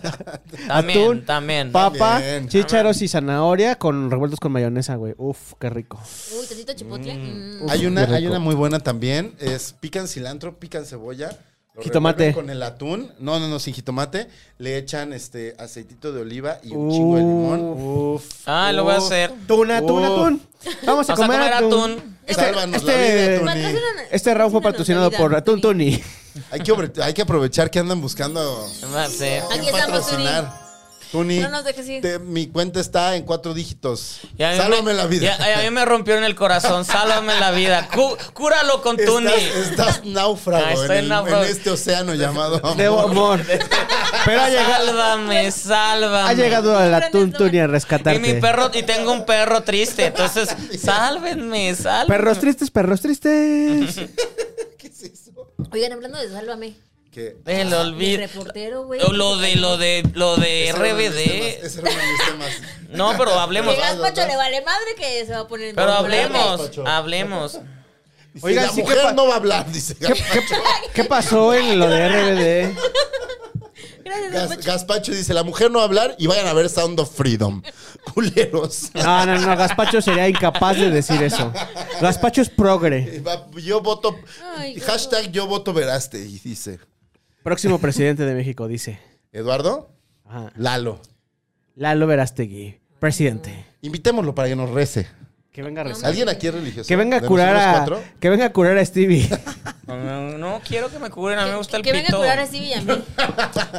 También, Atún, también. papa, También. chícharos y zanahoria con revueltos con mayonesa, güey. Uf, qué rico. Uy, tantito chipotle. Mm. hay, una, qué hay rico. una muy buena también. Es pican cilantro, pican cebolla. lo Jitomate. revuelven Con el atún. No, no, no, sin jitomate. Le echan este aceitito de oliva y un chingo de limón. Uf. Ah, lo voy a hacer. Tuna, atún, Uf. atún. Vamos a Vamos a comer, comer atún. atún. Sálvanos este- la vida, Patrocínanos, Tony. Este round fue patrocínanos, patrocinado por Navidad. Atún Tony. Hay que, obre- hay que aprovechar que andan buscando. No sé. Aquí quién estamos, Tuni. Tuni. No nos dejes ir. te- mi cuenta está en cuatro dígitos. Y a mí Sálvame me- la vida. y a, y a mí me rompió en el corazón. Sálvame la vida. Cú- cúralo con Tuni. Estás, estás náufrago, Ah, estoy en el- náufrago. en este océano llamado amor. Debo amor. este Pero ha llegado, Sálvame, sálvame. ha llegado el Atún Tony a rescatarte. Y mi perro, y tengo un perro triste. Entonces, sálvenme, sálvenme. Perros tristes, perros tristes. Oigan, hablando de Sálvame. Que- El Mi olvido. reportero, güey. Lo de, lo de, lo ese de era uno de mis temas, RBD. ese era uno de mis temas. No, pero hablemos. Que Gaspacho le vale madre que se va a poner en Pero todo hablemos, Pacho. hablemos. Dice, Oigan, la sí, ¿qué mujer pa- no va a hablar, dice ¿Qué, Gaspacho. qué, qué pasó en lo de RBD? volado. Gracias, Gas- Gaspacho. Gaspacho dice, la mujer no va a hablar y vayan a ver Sound of Freedom. Culeros. No, no, no. Gaspacho sería incapaz de decir eso. Gaspacho es progre. Va- Yo voto... Ay, Gaspacho. hashtag yo voto veraste, y dice. Próximo presidente de México, dice. Eduardo, Ajá. Lalo. Lalo Verástegui, presidente. Invitémoslo para que nos rece. Que venga a rezar. ¿Alguien aquí es religioso? Que venga a ¿De curar nosotros a. cuatro? Que venga a curar a Stevie. No, no quiero que me cubren, a mí me gusta el que venga a pito. curar así y a mí.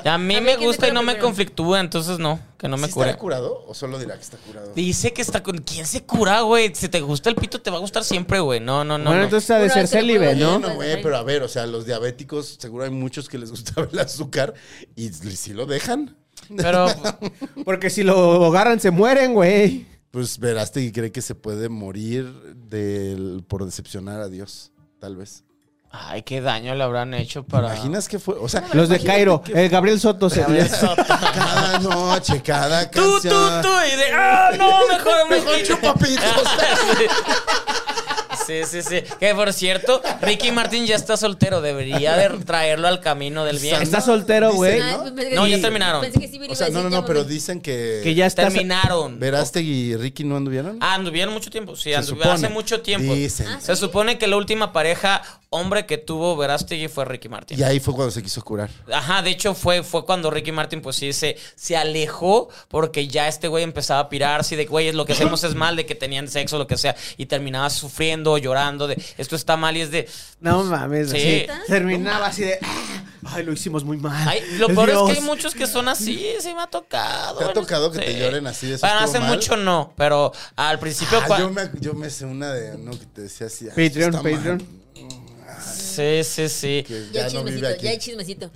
A A mí mí me que te gusta y cure no me primero. conflictúa, entonces no, que no me ¿Sí cure. estará curado o solo dirá que está curado? Dice que está con. ¿Quién se cura, güey? Si te gusta el pito, te va a gustar siempre, güey. No, no, no. bueno, no. entonces ha de Bueno, ser se le puede célibe, poner ¿no? una- No, güey, pero a ver, o sea, los diabéticos, seguro hay muchos que les gustaba el azúcar y si lo dejan. Pero. Porque si lo agarran se mueren, güey. Pues veraste y cree que se puede morir del- por decepcionar a Dios, tal vez. Ay, qué daño le habrán hecho para. ¿Imaginas que fue? O sea, Los de Cairo, el Gabriel Soto se cada noche, cada Tú, tú, canción. tú. Y de. ¡Ah, no! Mejor me Mejor chupapitos. Sí, sí, sí. Que por cierto, Ricky Martin ya está soltero. Debería de traerlo al camino del bien. Está soltero, Dice, güey. Pues, ¿no? Ay, Ah, pensé No, que- ya terminaron. Pensé que sí me iba O a sea, no, decir, no, no, pero llámame. dicen que, Que ya está. Terminaron. Verástegui y Ricky no anduvieron. Ah, anduvieron mucho tiempo. Sí, Se anduvieron hace supone. mucho tiempo. Dicen. Ah, Se supone que la última pareja hombre que tuvo Verástegui fue Ricky Martin. Y ahí fue cuando se quiso curar. Ajá, de hecho fue, fue cuando Ricky Martin pues sí se, se alejó porque ya este güey empezaba a pirarse y de güey, lo que hacemos es mal, de que tenían sexo, lo que sea, y terminaba sufriendo, llorando, de esto está mal y es de... No mames, Sí. así. Terminaba así de. "Ah, Ay, lo hicimos muy mal. Ay, lo peor es Dios". que hay muchos que son así, sí me ha tocado. ¿Te ha tocado que te Sí. lloren así de, "Eso Bueno, estuvo hace mal"? mucho no, pero al principio... Ah, cua- yo, me, yo me sé una de no que te decía así. "Ah, Patreon, está mal", Patreon. Sí, sí, sí. que Ya ya hay no chismecito, vive aquí. ya hay chismecito.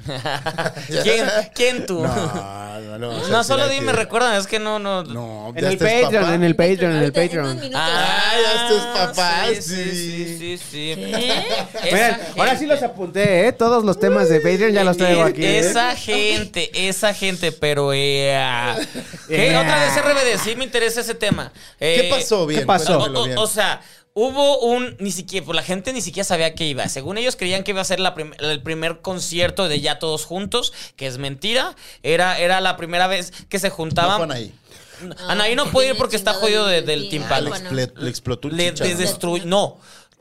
¿Quién, quién tú? No, No, no, lo vamos a decir solo aquí. dime, recuerdan, es que no, no... No, En ya el este es Patreon, papá. en el Patreon, en el Ahorita, en Patreon. unos minutos. Ah, ya esto es papá, Sí, sí, sí, sí. sí. Miren, Esa ahora sí gente. los apunté, ¿eh? Todos los temas de Patreon ya los traigo aquí. ¿eh? Esa gente, esa gente, pero eh, ¿qué? Eh. Otra vez RBD, sí me interesa ese tema. ¿Qué Eh, pasó? Bien, ¿qué pasó? O, cuéntamelo o- bien. o sea, hubo un ni siquiera, pues la gente ni siquiera sabía que iba. Según ellos creían que iba a ser la prim- el primer concierto de ya todos juntos, que es mentira. Era, era la primera vez que se No juntaban. fueron ahí. Anaí no puede ir porque está jodido de- del Ah, timpano. le, Bueno. exple- le explotó el Le chicharro. destruyó. No.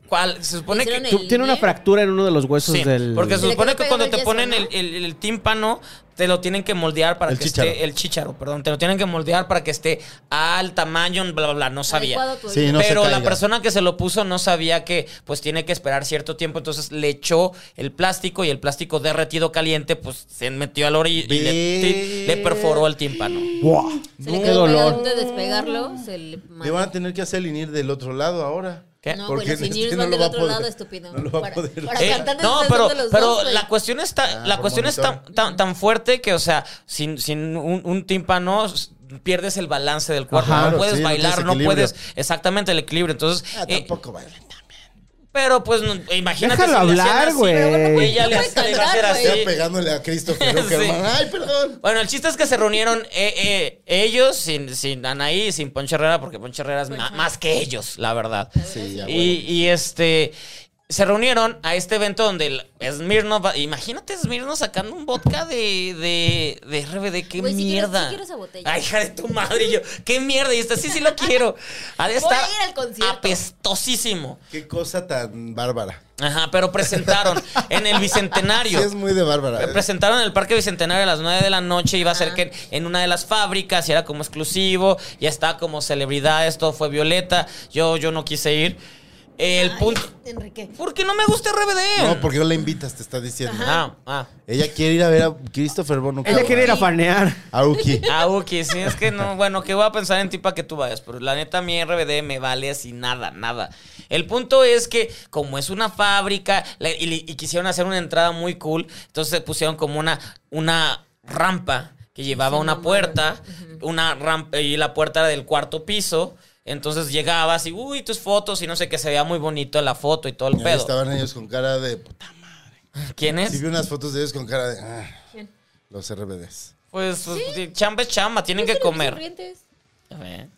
¿Cuál? Se supone que Hicieron Tú- tiene una fractura en uno de los huesos Sí, del. porque Se se le supone quedó que cuando pegando te el yeso, ponen ¿no? el, el- el tímpano, te lo tienen que moldear para El que chícharo. esté el chícharo, perdón, te lo tienen que moldear para que esté al tamaño, bla, bla, bla, no sabía. Adecuado a tu Sí, oído. no se Pero la caiga. persona que se lo puso no sabía que pues tiene que esperar cierto tiempo, entonces le echó el plástico y el plástico derretido caliente pues se metió al orillo y le, ti- le perforó el tímpano. ¡Buah! Se le ¡Qué quedó pegado, dolor! de despegarlo, se le Le van a tener que hacer el INIR del otro lado ahora. ¿Qué? No, Porque güey, los seniors este van del no lo va a otro poder- lado, estúpido. no lo va a Para- poder. para Eh, cantantes no, están pero, de los pero dos, güey. la cuestión está, Ah, la por cuestión es tan, monitor. tan, tan fuerte que, o sea, sin, sin un, un tímpano s- pierdes el balance del cuerpo. Ajá, no puedes sí, no tienes bailar, no, equilibrio. puedes exactamente el equilibrio. Entonces, Ah, eh, tampoco bailan. pero pues no, imagínate Déjalo si le hacían hablar, así, güey. pero bueno, pues, ella le No hace- puede le va a hacer cantar, así. güey. Ya pues, pegándole a Christopher Uckerman. Sí. Ay, perdón. Bueno, el chiste es que se reunieron eh, eh, ellos sin, sin Anaí, sin Poncho Herrera, porque Poncho Herrera es ma- más que ellos, la verdad. Sí, ya, Y, y, este. Se reunieron a este evento donde el Smirnoff. va- Imagínate Smirnoff sacando un vodka de, de, de RBD. ¡Qué Güey, sí quiero- mierda! sí quiero esa botella. Ay, hija de tu madre. y yo, ¡Qué mierda! Y está, sí, sí lo quiero. Ha de Voy a estar ir al concierto. apestosísimo. Qué cosa tan bárbara. Ajá, pero presentaron en el Sí, bicentenario. es muy de Pre- bárbara. Eh, Presentaron en el Parque Bicentenario a las 9 de la noche, iba a ser Ah. que en una de las fábricas, y era como exclusivo, ya estaba como celebridad, esto fue Violeta, yo, yo no quise ir. El Ay, punto... Enrique. ¿Por qué no me gusta RBD? No, porque no la invitas, te está diciendo. Ah, ah. Ella quiere ir a ver a Christopher Bono. Ella quiere ir a fanear. A Uki. Ah, ok, sí, es que no, bueno, que voy a pensar en ti para que tú vayas, pero la neta mi RBD me vale así nada, nada. El punto es que como es una fábrica la- y, le- y quisieron hacer una entrada muy cool, entonces pusieron como una, una rampa que llevaba una puerta, una rampa y la puerta era del cuarto piso. Entonces llegabas y, uy, tus fotos y no sé qué, se veía muy bonito la foto y todo el Y ahí pedo. Estaban ellos con cara de. puta. ¿Quién es? Sí, vi unas fotos de ellos con cara de. ah, ¿Quién? los RBDs. Pues, pues, chamba es chamba, tienen que Los comer. sonrientes. A ver.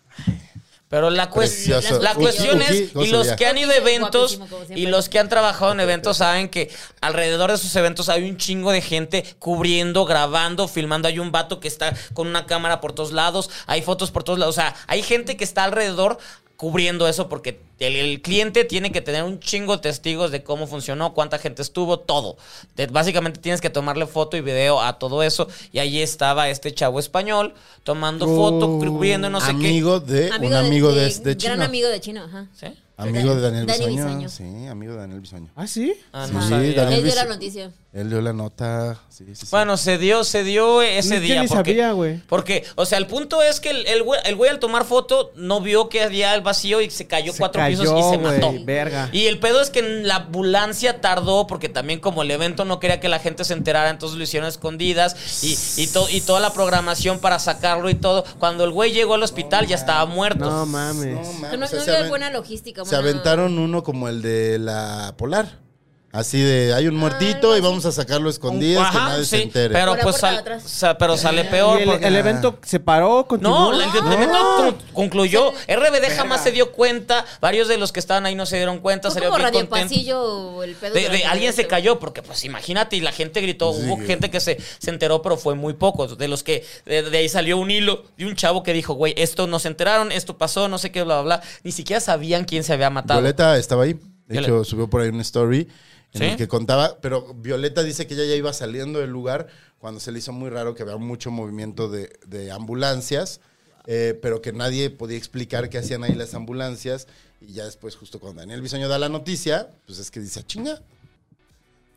Pero la, cues- Precioso. la Uki, cuestión Uki, es, y gozo los ya. que han ido a eventos Guapísimo, como siempre. y los que han trabajado en eventos saben que alrededor de sus eventos hay un chingo de gente cubriendo, grabando, filmando. Hay un vato que está con una cámara por todos lados, hay fotos por todos lados. O sea, hay gente que está alrededor cubriendo eso porque el, el cliente tiene que tener un chingo de testigos de cómo funcionó, cuánta gente estuvo, todo. Te- básicamente tienes que tomarle foto y video a todo eso. Y ahí estaba este chavo español tomando foto, cubriendo no sé qué. amigo de Eh, un amigo de, de Gran Chino. amigo de Chino, ajá. ¿Sí? Amigo de Daniel Dani Bisoño. Bisoño. Sí, amigo de Daniel Bisoño. ¿Ah, sí? Ah, Sí, no sabía. Daniel Él dio la Bisoño. noticia. Él dio la nota. Sí, sí, sí. Bueno, se dio, se dio ese Yo día. ni porque, sabía, güey. Porque, o sea, el punto es que el, el güey, el güey al tomar foto no vio que había el vacío y se cayó Se cuatro cayó, pisos y se güey, mató. Verga. Y el pedo es que la ambulancia tardó porque también como el evento no quería que la gente se enterara, entonces lo hicieron a escondidas y, y, to- y toda la programación para sacarlo y todo. Cuando el güey llegó al hospital ya estaba muerto. No mames. No, mames, Pero no, o sea, no se había aven- buena logística. Se buena- aventaron uno como el de la Polar. Así de, hay Ah, un muertito y vamos a sacarlo escondido que Ajá, nadie sí, se entere. Pero Por la pues puerta de sal- atrás. sa- pero sale ¿Y peor el, porque el evento se paró, continuó. No, la- el Ah. evento con- concluyó. RBD jamás se dio cuenta. Varios de los que estaban ahí no se dieron cuenta. Fue salieron como bien Radio contentos. Pasillo o el pedo. De- de- durante el alguien se evento. cayó porque pues imagínate y la gente gritó Sí, hubo que- gente que se, se enteró pero fue muy poco de los que de, de ahí salió un hilo de un chavo que dijo güey esto nos enteraron esto pasó no sé qué bla bla bla ni siquiera sabían quién se había matado Violeta estaba ahí. De Violeta. hecho, subió por ahí una story en ¿Sí? el que contaba, pero Violeta dice que ella ya iba saliendo del lugar cuando se le hizo muy raro que había mucho movimiento de, de ambulancias, eh, pero que nadie podía explicar qué hacían ahí las ambulancias. Y ya después, justo cuando Daniel Bisoño da la noticia, pues es que dice, "Ah, chinga.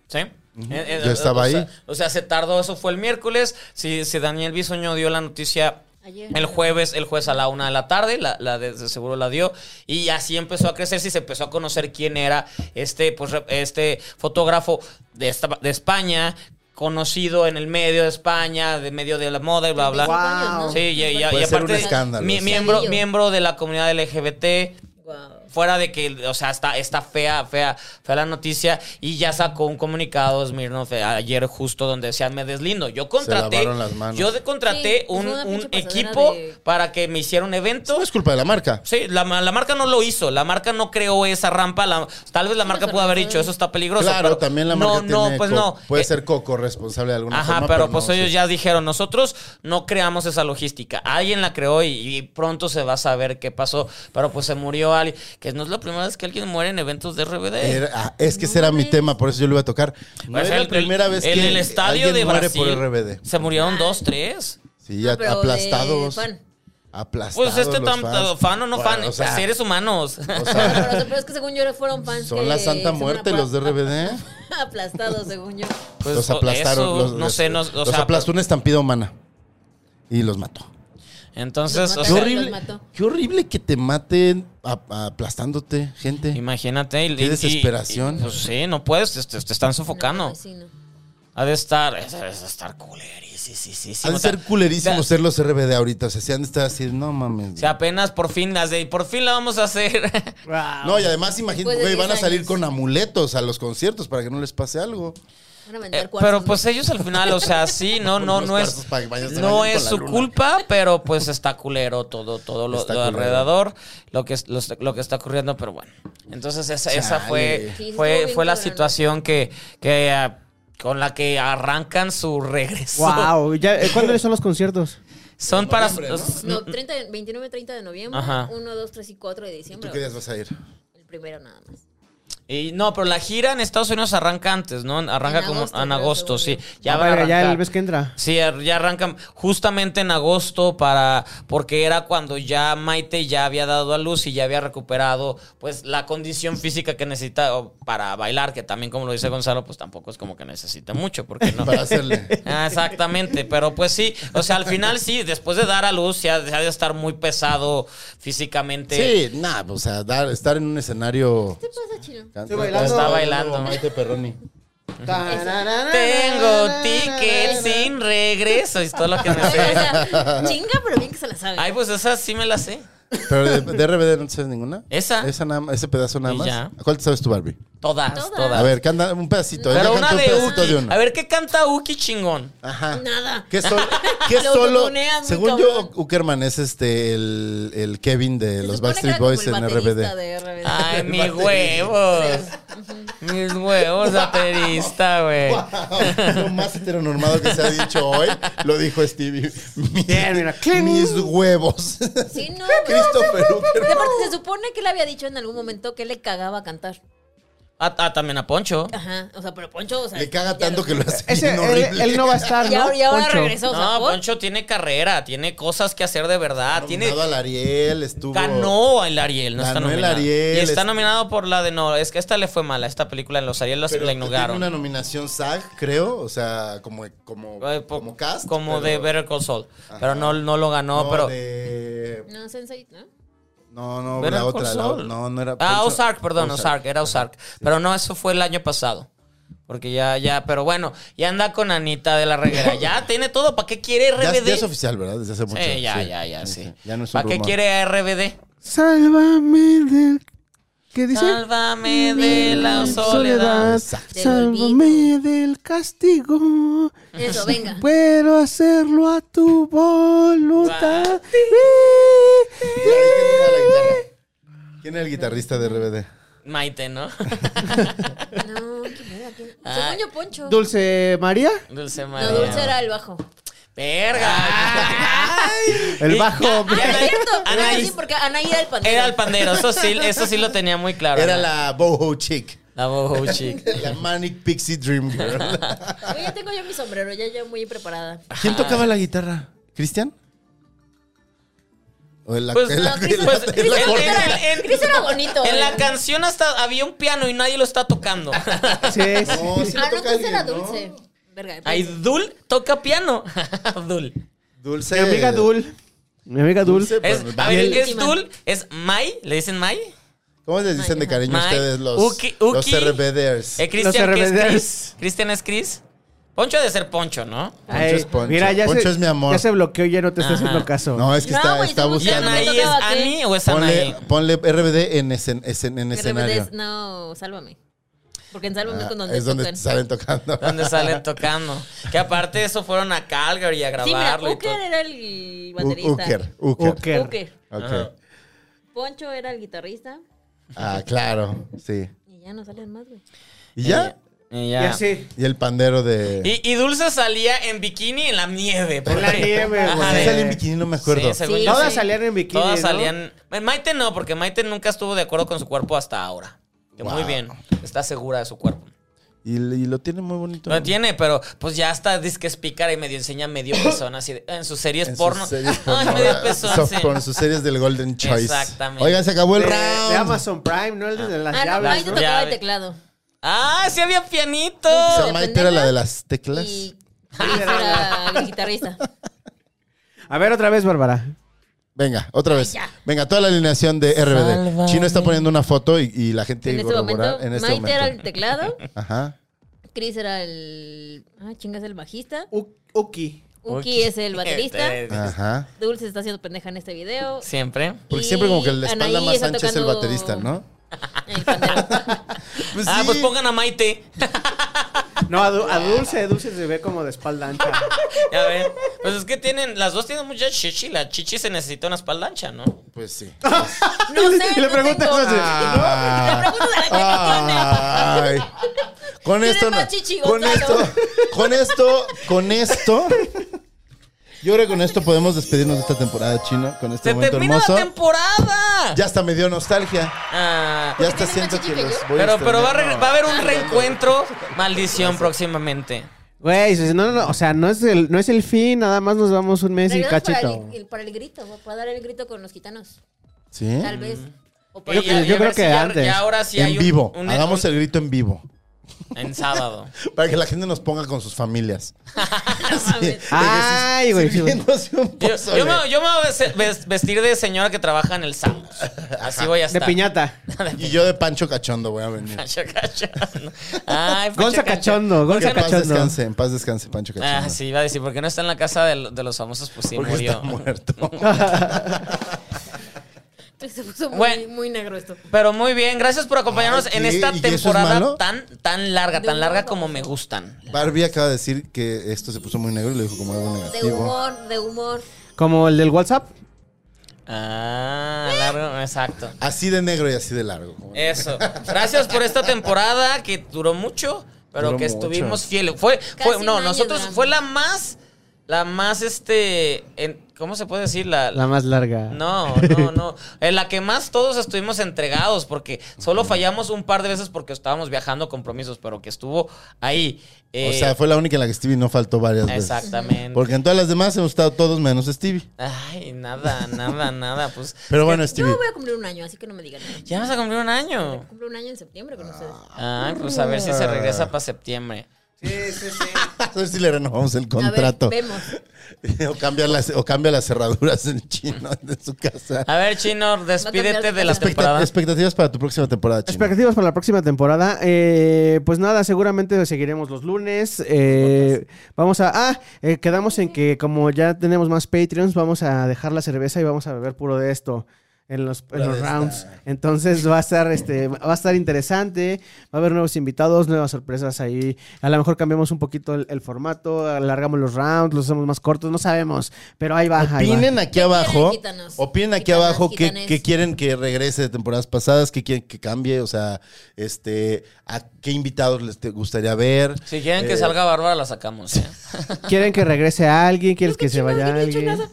¿Sí? Eh, eh, Yo o- estaba o ahí. sea- o sea, se tardó, eso fue el miércoles. Si, si Daniel Bisoño dio la noticia Ayer. el jueves, el jueves a la una de la tarde, la, la de, de seguro la dio. Y así empezó a crecerse y se empezó a conocer quién era este, pues, rep- este fotógrafo de, esta- de España, conocido en el medio de España, de medio de la moda y bla, bla. Wow. Sí, y, y- y Puede ser aparte, un escándalo, mi- sí. miembro, Chavillo. miembro de la comunidad LGBT, Wow. Fuera de que, o sea, está, está fea, fea, fea la noticia. Y ya sacó un comunicado Smirnoff ayer justo donde decían me deslindo. Yo contraté. lavaron las manos. Yo de- contraté Sí, un, es una un pinche pasadera equipo de- para que me hiciera un evento. No es culpa de la marca. Sí, la, ma- la marca no lo hizo, la marca no creó esa rampa, la- tal vez la marca pudo haber dicho, eso está peligroso. Claro, pero también la no, marca no, tiene pues co- no. puede Eh, ser coco responsable de alguna Ajá, forma. pero, pues no, ellos sí. ya dijeron, nosotros no creamos esa logística. Alguien la creó y, y pronto se va a saber qué pasó. Pero pues se murió alguien, que no es la primera vez que alguien muere en eventos de RBD. Era- ah, es que ese era mi tema, por eso yo lo iba a tocar. No eh, Mm. Pues es la el- primera el- vez en que el estadio alguien de muere Brasil por RBD. se murieron dos, tres. Sí, No, a- pero de aplastados. fan. Aplastados. Pues este los tan fans. fan o no Bueno, fan, o sea, pues, seres humanos. o Pero, sea, pero- pero es que según yo fueron fans. son que la santa se muerte fueron los de RBD. Aplastados, según yo. Pues, los o- aplastaron. eso, los, no sé, no, o los sea, aplastó una estampida humana y los mató. Entonces, o Los Qué sea, mataron. horrible, mató. qué horrible que te maten a- aplastándote, gente. imagínate. y- Qué y- y- desesperación. y- pues sí, no puedes, te, te- te están sofocando. No, pues sí, no. Ha de estar, ha de estar culerísimo, sí, sí, sí, sí. Han O de sea, ser culerísimos o sea, ser los RBD ahorita. O sea, se han de estar así, no mames. Si apenas por fin las de, por fin la vamos a hacer. No, y además imagínate, Ah, Después de güey, 10 van a salir años. con amuletos a los conciertos para que no les pase algo. Van a Eh, vender cuartos, pero ¿no? pues ellos al final, o sea, sí, no, no, Unos no es, cuarzos para que vayas a no bañar con es la su luna. culpa, pero pues está culero todo, todo lo, Está lo culero. alrededor, lo que, es- los- lo que está ocurriendo, pero bueno. Entonces esa, esa Chale. fue, Sí, estuvo fue, bien fue la cabrón. situación que, que ah, con la que arrancan su regreso. Wow, ya, eh, ¿cuándo son los conciertos? Son para... Noviembre, No, 30 de- 29, 30 de noviembre, Ajá. 1, 2, 3 y 4 de ¿Tú diciembre. qué días vas a ir? El primero nada más. Y no, pero la gira en Estados Unidos arranca antes, ¿no? Arranca En como agosto, en creo, agosto, sí. según Ya Ah, va a verga, ya arrancar. el mes que entra. Sí, ar- ya arrancan justamente en agosto para porque era cuando ya Maite ya había dado a luz y ya había recuperado pues la condición física que necesita o, para bailar, que también como lo dice Gonzalo, pues tampoco es como que necesita mucho porque no Para hacerle. Ah, exactamente, pero pues sí, o sea, al final sí, después de dar a luz ya, ha de estar muy pesado físicamente. Sí, nada, o sea, dar- estar en un escenario. ¿Qué pasa, Chino? Estoy bailando. Está bailando. Maite Perroni. Tengo ticket sin regreso, es todo lo que me O sé. sea, chinga, pero bien que se la sabe. Ay, pues esa sí me la sé. Pero de, de RBD no te sabes ninguna. Esa. Esa nada más- ese pedazo nada Y más. ya. ¿Cuál te sabes tú, Barbie? Todas, Todas. todas. A ver, canta un pedacito. Pero ella una canta de un pedacito Uki. de una. A ver, ¿qué canta Uki chingón? Ajá. Nada. Que solo, que Lo solo tunean, mi según cabrón. yo, Uckerman es este el, el Kevin de Se los supone que era Backstreet como el Boys en baterista RBD. de RBD. Ay, mis huevos. Mis huevos, baterista, güey. Wow, lo más heteronormado que se ha dicho hoy lo dijo Stevie. Mi- Bien, mira, clean. mis huevos. Sí, no. Christopher Pero Uckerman. aparte se supone que le había dicho en algún momento que le cagaba cantar. Ah, ah, también a Poncho. Ajá, o sea, pero Poncho, o sea. Le caga ya tanto que lo hace Ese, bien él, horrible. él no va a estar, Y ¿no? ahora, y ahora Poncho. regresó, o sea, No, por- Poncho tiene carrera, tiene cosas que hacer de verdad. Ah, Tiene, Nominado al Ariel, estuvo... ganó el Ariel, no está Ganó el nominado. Ariel, y está es- nominado por la de no, es que esta le fue mala, esta película en los Ariel las- Pero la tiene ignoraron. una nominación SAG, creo, o sea, como, como, Eh, po- como cast. como pero- de Better Call Saul, Ajá. pero no, no lo ganó, no, pero de- No, Sensei, ¿no? No, no, Better la Call otra. la Saul. o- no, no era... Ah, Poncho- Ozark, perdón, Ozark, era Ozark. Pero no, eso fue el año pasado. Porque ya, ya, pero bueno, ya anda con Anita de la Reguera. Ya tiene todo. ¿Para qué quiere Ya, RBD? ya es oficial, ¿verdad? Desde hace mucho. sí, ya, ya, ya, sí. Ya no es un ¿Para qué rumor. quiere RBD? Sálvame del... ¿Qué dice? Sálvame de la soledad. Exacto. Del olvido. del castigo. Eso, venga. Puedo hacerlo a tu voluntad. Ah. Ya, ¿y ¿Quién toca la guitarra? ¿Quién era el guitarrista de RBD? Maite, ¿no? No, ¿quién era? ¿Quién? Según yo, Poncho. Dulce María, Dulce Ah, María. No, Dulce era el bajo. Verga. el bajo. Ah, Ya es me- cierto. Ah, Anaí- sí, porque Anaí era el pandero. Era el pandero, eso sí, eso sí lo tenía muy claro. Era ¿no? la boho chick. La boho chic. La manic pixie dream girl. Oye, ya tengo yo mi sombrero, ya yo muy preparada. ¿Quién tocaba la guitarra? ¿Cristian? O en la, Pues, en la- en no, Cristian- la- pues, en la Cristian corte. era- en- Cris era bonito. En la eh. canción hasta había un piano y nadie lo está tocando. Sí, sí. No, sí le Ah, no, toca Dulce alguien, era ¿no? dulce. Verga. Ay, Dul toca piano. Dul. Dulce. Mi amiga Dul. Mi amiga Dul. Dulce, pues, Es, a ver, Daniel. ¿qué es Última. Dul? ¿Es Mai? ¿Le dicen Mai? Eh, ¿Cómo les dicen de cariño Mike, ustedes los, Uki- Uki. los RBDers? Eh, Cristian, ¿qué es RBDs. Chris? ¿Cristian es Chris? Poncho ha de ser Poncho, ¿no? Ay, es Poncho. Mira, ya Poncho se, es mi amor. ya se bloqueó, ya no te está Ajá. haciendo caso. No, es que No, está, güey, está somos ¿Y buscando. hermanos. Anaí ¿Qué es tocaba, qué? Ani o es Anaí? Ponle, ponle RBD en, escen- escen- en De repente escenario. es- No, sálvame. Porque en Ah, Sálvame es con donde es donde tocan. salen tocando. Donde salen tocando. Que aparte de eso fueron a Calgary a Sí, mira, grabarlo y Uker todo. era el U- baterista. Uker. Uker. Uker. Uker. Ok. Ajá. Poncho era el guitarrista. Ah, claro, sí. Y ya no salen más, güey. ¿Y ya? Y Ya ya. sí. Y el pandero de... Y, y Dulce salía en bikini en la nieve. porque- la nieve, Ajá, güey. ¿Sí de- sale en bikini? No me acuerdo. Sí, según Sí, yo Todas sí. salían en bikini. Todas ¿no? salían. Maite no, porque Maite nunca estuvo de acuerdo con su cuerpo hasta ahora. Que muy Wow. bien, está segura de su cuerpo. Y, y lo tiene muy bonito. Lo tiene, pero pues ya hasta dice que es pícara y medio enseña medio pezón así de- en sus series En sus porno. series Ay, porno. medio pezón, Soft sí. porn, sus series del Golden Choice. Exactamente. Oigan, se acabó el De, round. de Amazon Prime, ¿no? El de las Ah, no, llaves, Maite ¿no? Ya, tocaba el güey. teclado. Ah, sí había pianito. O sea, de Maite pendeja. era la de las teclas. Y Chris era el guitarrista. A ver otra vez, Bárbara. Venga, otra vez. ya. Venga, toda la alineación de RBD. Sálvame. Chino está poniendo una foto y, y la gente En este momento, corroborará en este Maite momento. era el teclado. Ajá. Chris era el. Ah, chingas, el bajista. U- Uki. Uki es el baterista. Ajá. Dulce está haciendo pendeja en este video. Siempre. Porque Y siempre como que le espalda Anaí más está ancha es el tocando- baterista, ¿no? El pandero. Pues ah, sí. pues pongan a Maite. No, a, Du- a Dulce, Dulce se ve como de espalda ancha. ya ven. Pues es que tienen, las dos tienen mucha chichi. La chichi se necesita una espalda ancha, ¿no? Pues sí. No sé, Y le no preguntas tengo. así, Ah. Le preguntas a la Ay. Con Tiene esto no. más chichi, Con esto, Gonzalo. con esto, con esto. Yo creo que con esto podemos despedirnos de esta temporada chino, con este ¡Se momento termina hermoso. la temporada! Ya hasta me dio nostalgia. Ah, Ya hasta tiene más siento que chichi que los yo. voy pero a pero va, a extrañar. regre- va a haber un reencuentro. Maldición próximamente. Güey, si no, no, o sea, no es, el, no es el fin, nada más nos vamos un mes y Regresamos para cachito. el- el- Para el grito, güey, para dar el grito con los gitanos. ¿Sí? Tal vez. O para Yo Y creo- ya- y yo a creo ver que ya- antes. ya ahora sí hay en un- vivo. un- Hagamos un- el grito en vivo. En sábado. Para que la gente nos ponga con sus familias. Sí, Ay, güey, sí, güey. sirviéndose un Yo, pozole. yo me, yo me voy a ves- ves- vestir de señora que trabaja en el Samos. Así voy a De estar. piñata. Y yo de Pancho Cachondo voy a venir. Pancho Cachondo. Ay, Pancho Gonza Cachondo, Que Gonza en paz Cachondo. descanse, en paz descanse Pancho Cachondo. Ah, sí, iba a decir, ¿por qué no está en la casa de, de los famosos? Pues sí, Porque murió. está muerto. Se puso muy, Bueno. muy negro esto. Pero muy bien, gracias por acompañarnos Ay, en ¿qué? esta ¿Y eso es temporada malo? tan, tan larga, De tan larga humor, como vamos. me gustan. Barbie acaba de decir que esto se puso muy negro y lo dijo como algo De negativo. humor, de humor. Como el del WhatsApp. Ah, largo, exacto. Así de negro y así de largo. como- Eso. Gracias por esta temporada que duró mucho, pero Duró que mucho. estuvimos fieles. Fue, fue Casi no, un año nosotros duramos. fue la más La más, este. en- ¿Cómo se puede decir? La, La más larga. No, no, no. En la que más todos estuvimos entregados, porque solo fallamos un par de veces porque estábamos viajando a compromisos, pero que estuvo ahí. O Eh, sea, fue la única en la que Stevie no faltó varias veces. Exactamente. Porque en todas las demás hemos estado todos menos Stevie. Ay, nada, nada, nada. Pues Pero bueno, Stevie. Yo voy a cumplir un año, así que no me digan nada. ya vas a cumplir un año. Cumplo un año en septiembre con ustedes. Ah, pues a ver si se regresa para septiembre. Sí, sí, sí. A ver si le renovamos el A contrato. ver, vemos. o, cambia las, o cambia las cerraduras en chino de su casa. A ver, Chino, despídete de la Expecta- temporada. Expectativas para tu próxima temporada, chino. Expectativas para la próxima temporada. Eh, pues nada, seguramente seguiremos los lunes. Eh, vamos a. Ah, eh, quedamos en que como ya tenemos más Patreons, vamos a dejar la cerveza y vamos a beber puro de esto. En los, en los rounds. Entonces va a estar este, va a estar interesante. Va a haber nuevos invitados, nuevas sorpresas ahí. A lo mejor cambiamos un poquito el, el formato, alargamos los rounds, los hacemos más cortos, no sabemos. Pero ahí va. ahí va. Opinen aquí abajo. quítanos. Opinen aquí Quítanos, abajo que, quítanes. quieren que regrese de temporadas pasadas, que quieren que cambie, o sea, este, a qué invitados les te gustaría ver. Si quieren que Eh, salga Bárbara, la sacamos. ¿eh? ¿Quieren que regrese alguien? ¿Quieres que se vaya No he dicho alguien? nada.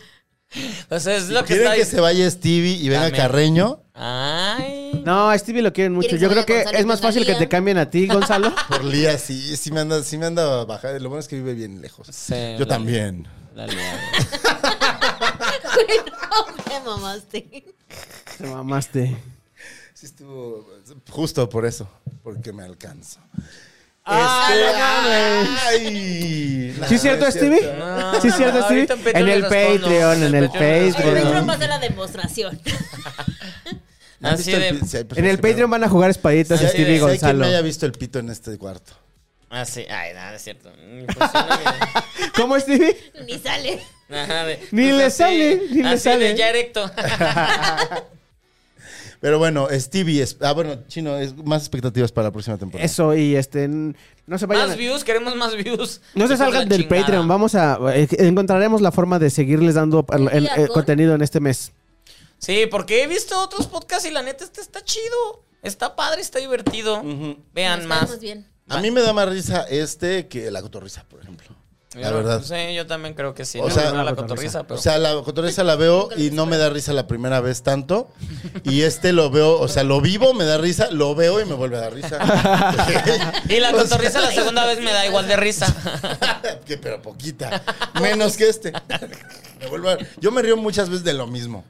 Pues es lo que ¿Quieren está que se vaya Stevie y venga También. Carreño? Ay. No, a Stevie lo quieren mucho. ¿Quieres Yo que creo vaya que Gonzalo es más con fácil que Talía? te cambien a ti, Gonzalo. Por Lía, sí, sí me anda, sí me anda bajando. Lo bueno es que vive bien lejos. Sí, Yo la- también. la liaron. Güey, no me mamaste. Te mamaste. Sí estuvo justo por eso, porque me alcanzo. Este, ay, Ah, ¿Sí es cierto, no Stevie? No, ¿Sí es cierto, no, Stevie? ahorita en Patreon En el les respondo. Patreon, en el Patreon les Ay, respondo. Pero Patreon. no pasa la demostración. ¿Han Así visto el de- pi- si hay personas Ah, En que el me- Patreon van a jugar espaditas Si hay- Stevie y si hay quien Gonzalo. no haya visto el pito en este cuarto. Ah, sí. Ay, nada, es cierto. Ni pues, funciona, ni- ¿Cómo, Stevie? Ni sale. Ajá, de- pues, Ni le así- sale, ni le así sale. de ya erecto. Pero bueno, Stevie, es- ah, bueno, Chino, es más expectativas para la próxima temporada. Eso, y este. n- No se vayan. a- más views, queremos más views. No se Hijos de salgan la del chingada. Patreon. Vamos a. eh, encontraremos la forma de seguirles dando el- el- el Con- contenido en este mes. Sí, porque he visto otros podcasts y la neta este está chido. Está padre, está divertido. Vean Nos más. quedamos bien. A mí me da más risa este que la cotorriza, por ejemplo. La Yo- verdad. Sí, yo también creo que sí. O No sea, me va la la cotorriza. cotorriza, O pues, eh, pero. sea, la cotorriza la veo y no me da risa la primera vez tanto. Y este lo veo, o sea, lo vivo, me da risa, lo veo y me vuelve a dar risa. y la O sea, cotorriza la segunda vez me da igual de risa. que, pero poquita. Menos que este. Me vuelvo a- Yo me río muchas veces de lo mismo.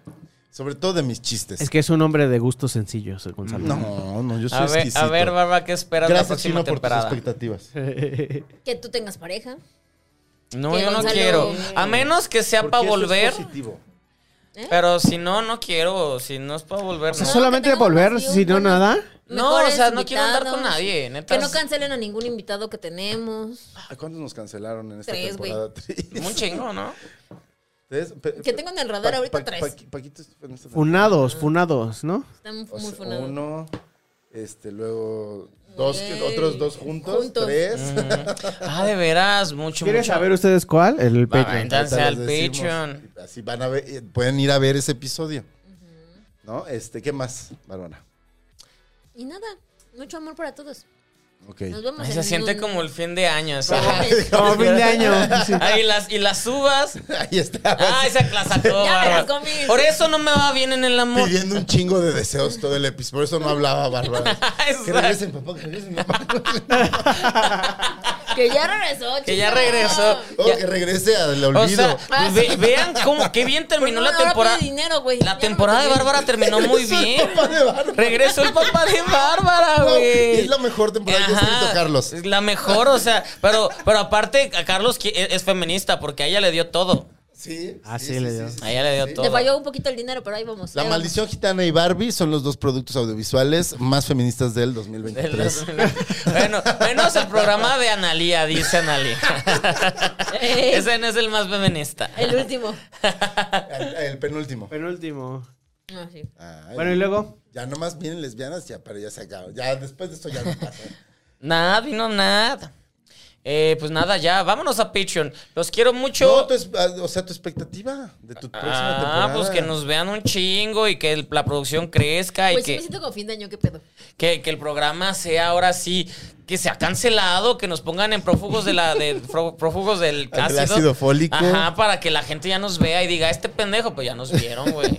Sobre todo de mis chistes. Es que es un hombre de gustos sencillos, Gonzalo. No, no, yo soy A ver, exquisito. a ver, Bárbara, ¿qué esperas la Gracias, próxima Chino, por tus temporada? expectativas. Que tú tengas pareja. No, Que yo no Gonzalo- quiero. A menos que sea para Porque eso es volver. positivo. Pero si no, no quiero. Si no es para volver, O sea, no. solamente que tengamos volver, así un si no buen- nada. No, o sea, no invitados. quiero andar con nadie, neta. Que no cancelen a ningún invitado que tenemos. Ah, ¿Cuántos nos cancelaron en esta Tres, güey. temporada? Tres. Un chingo, ¿no? Tres. Pe- Que tengo en el radar Pa- ahorita pa- tres. pa- Paquito en esta Funados, funados, ¿no? Están O muy sea, funados. Uno, este, luego dos, Güey. que- otros dos juntos, Juntos. tres. Ah, de veras, mucho, ¿Quieren mucho. saber ustedes cuál? El Va, Patreon. entonces- Métanse Ahorita al les decimos. Patreon. Así van a ver, eh, pueden ir a ver ese episodio. ¿No? Este, ¿qué más, Bárbara? Y nada, mucho amor para todos. Ok. Nos vemos Ay, en se siente un- como el fin de año. así. Como fin de año. Sí. Ay, y las, y las uvas. Ah, Ahí está. Ah, Ay, se la Ya sacó, me las Bárbara. comí. Por eso no me va bien en el amor. Pidiendo un chingo de deseos todo el episodio. Por eso no hablaba Bárbara. que Exacto. regresen, papá, que regresen, papá. Que ya regresó, chicos. Que ya regresó. Oh, Ya. que regrese al olvido. O sea, ve- vean cómo, qué bien Pues terminó la temporada. Dinero, güey. Ya La no temporada de me Bárbara terminó muy Regresó el bien. papá de Bárbara. Regresó el papá de Bárbara, No, güey. es la mejor temporada que ha Ajá. escrito Carlos. Es La mejor, o sea, pero, pero aparte a Carlos que- es, es feminista porque a ella le dio todo. Sí. Ah, sí, sí, sí, le sí, dio. sí, sí. A ella le dio Te todo. falló un poquito el dinero, pero ahí vamos. La ahí vamos. Maldición Gitana y Barbie son los dos productos audiovisuales más feministas del 2023. bueno, menos el programa de Analía, dice Analía. Ey, Ese no es el más feminista. El último. El, el penúltimo. Penúltimo. Ah, sí. Ay, Bueno, y luego. Ya nomás vienen lesbianas, ya, pero ya se acabó. Ya después de esto ya no pasa. Nada, vino nada. Eh, pues nada, ya, vámonos a Patreon. Los quiero mucho. No, tu es- ah, o sea, tu expectativa de tu próxima temporada. Ah, pues que nos vean un chingo y que el- la producción crezca y Pues sí que, me siento como fin de año, qué pedo. que, que el programa sea ahora sí, que sea cancelado, que nos pongan en prófugos de la de pro- prófugos del Del ácido, ácido fólico. Ajá, para que la gente ya nos vea y diga, este pendejo, pues ya nos vieron, güey.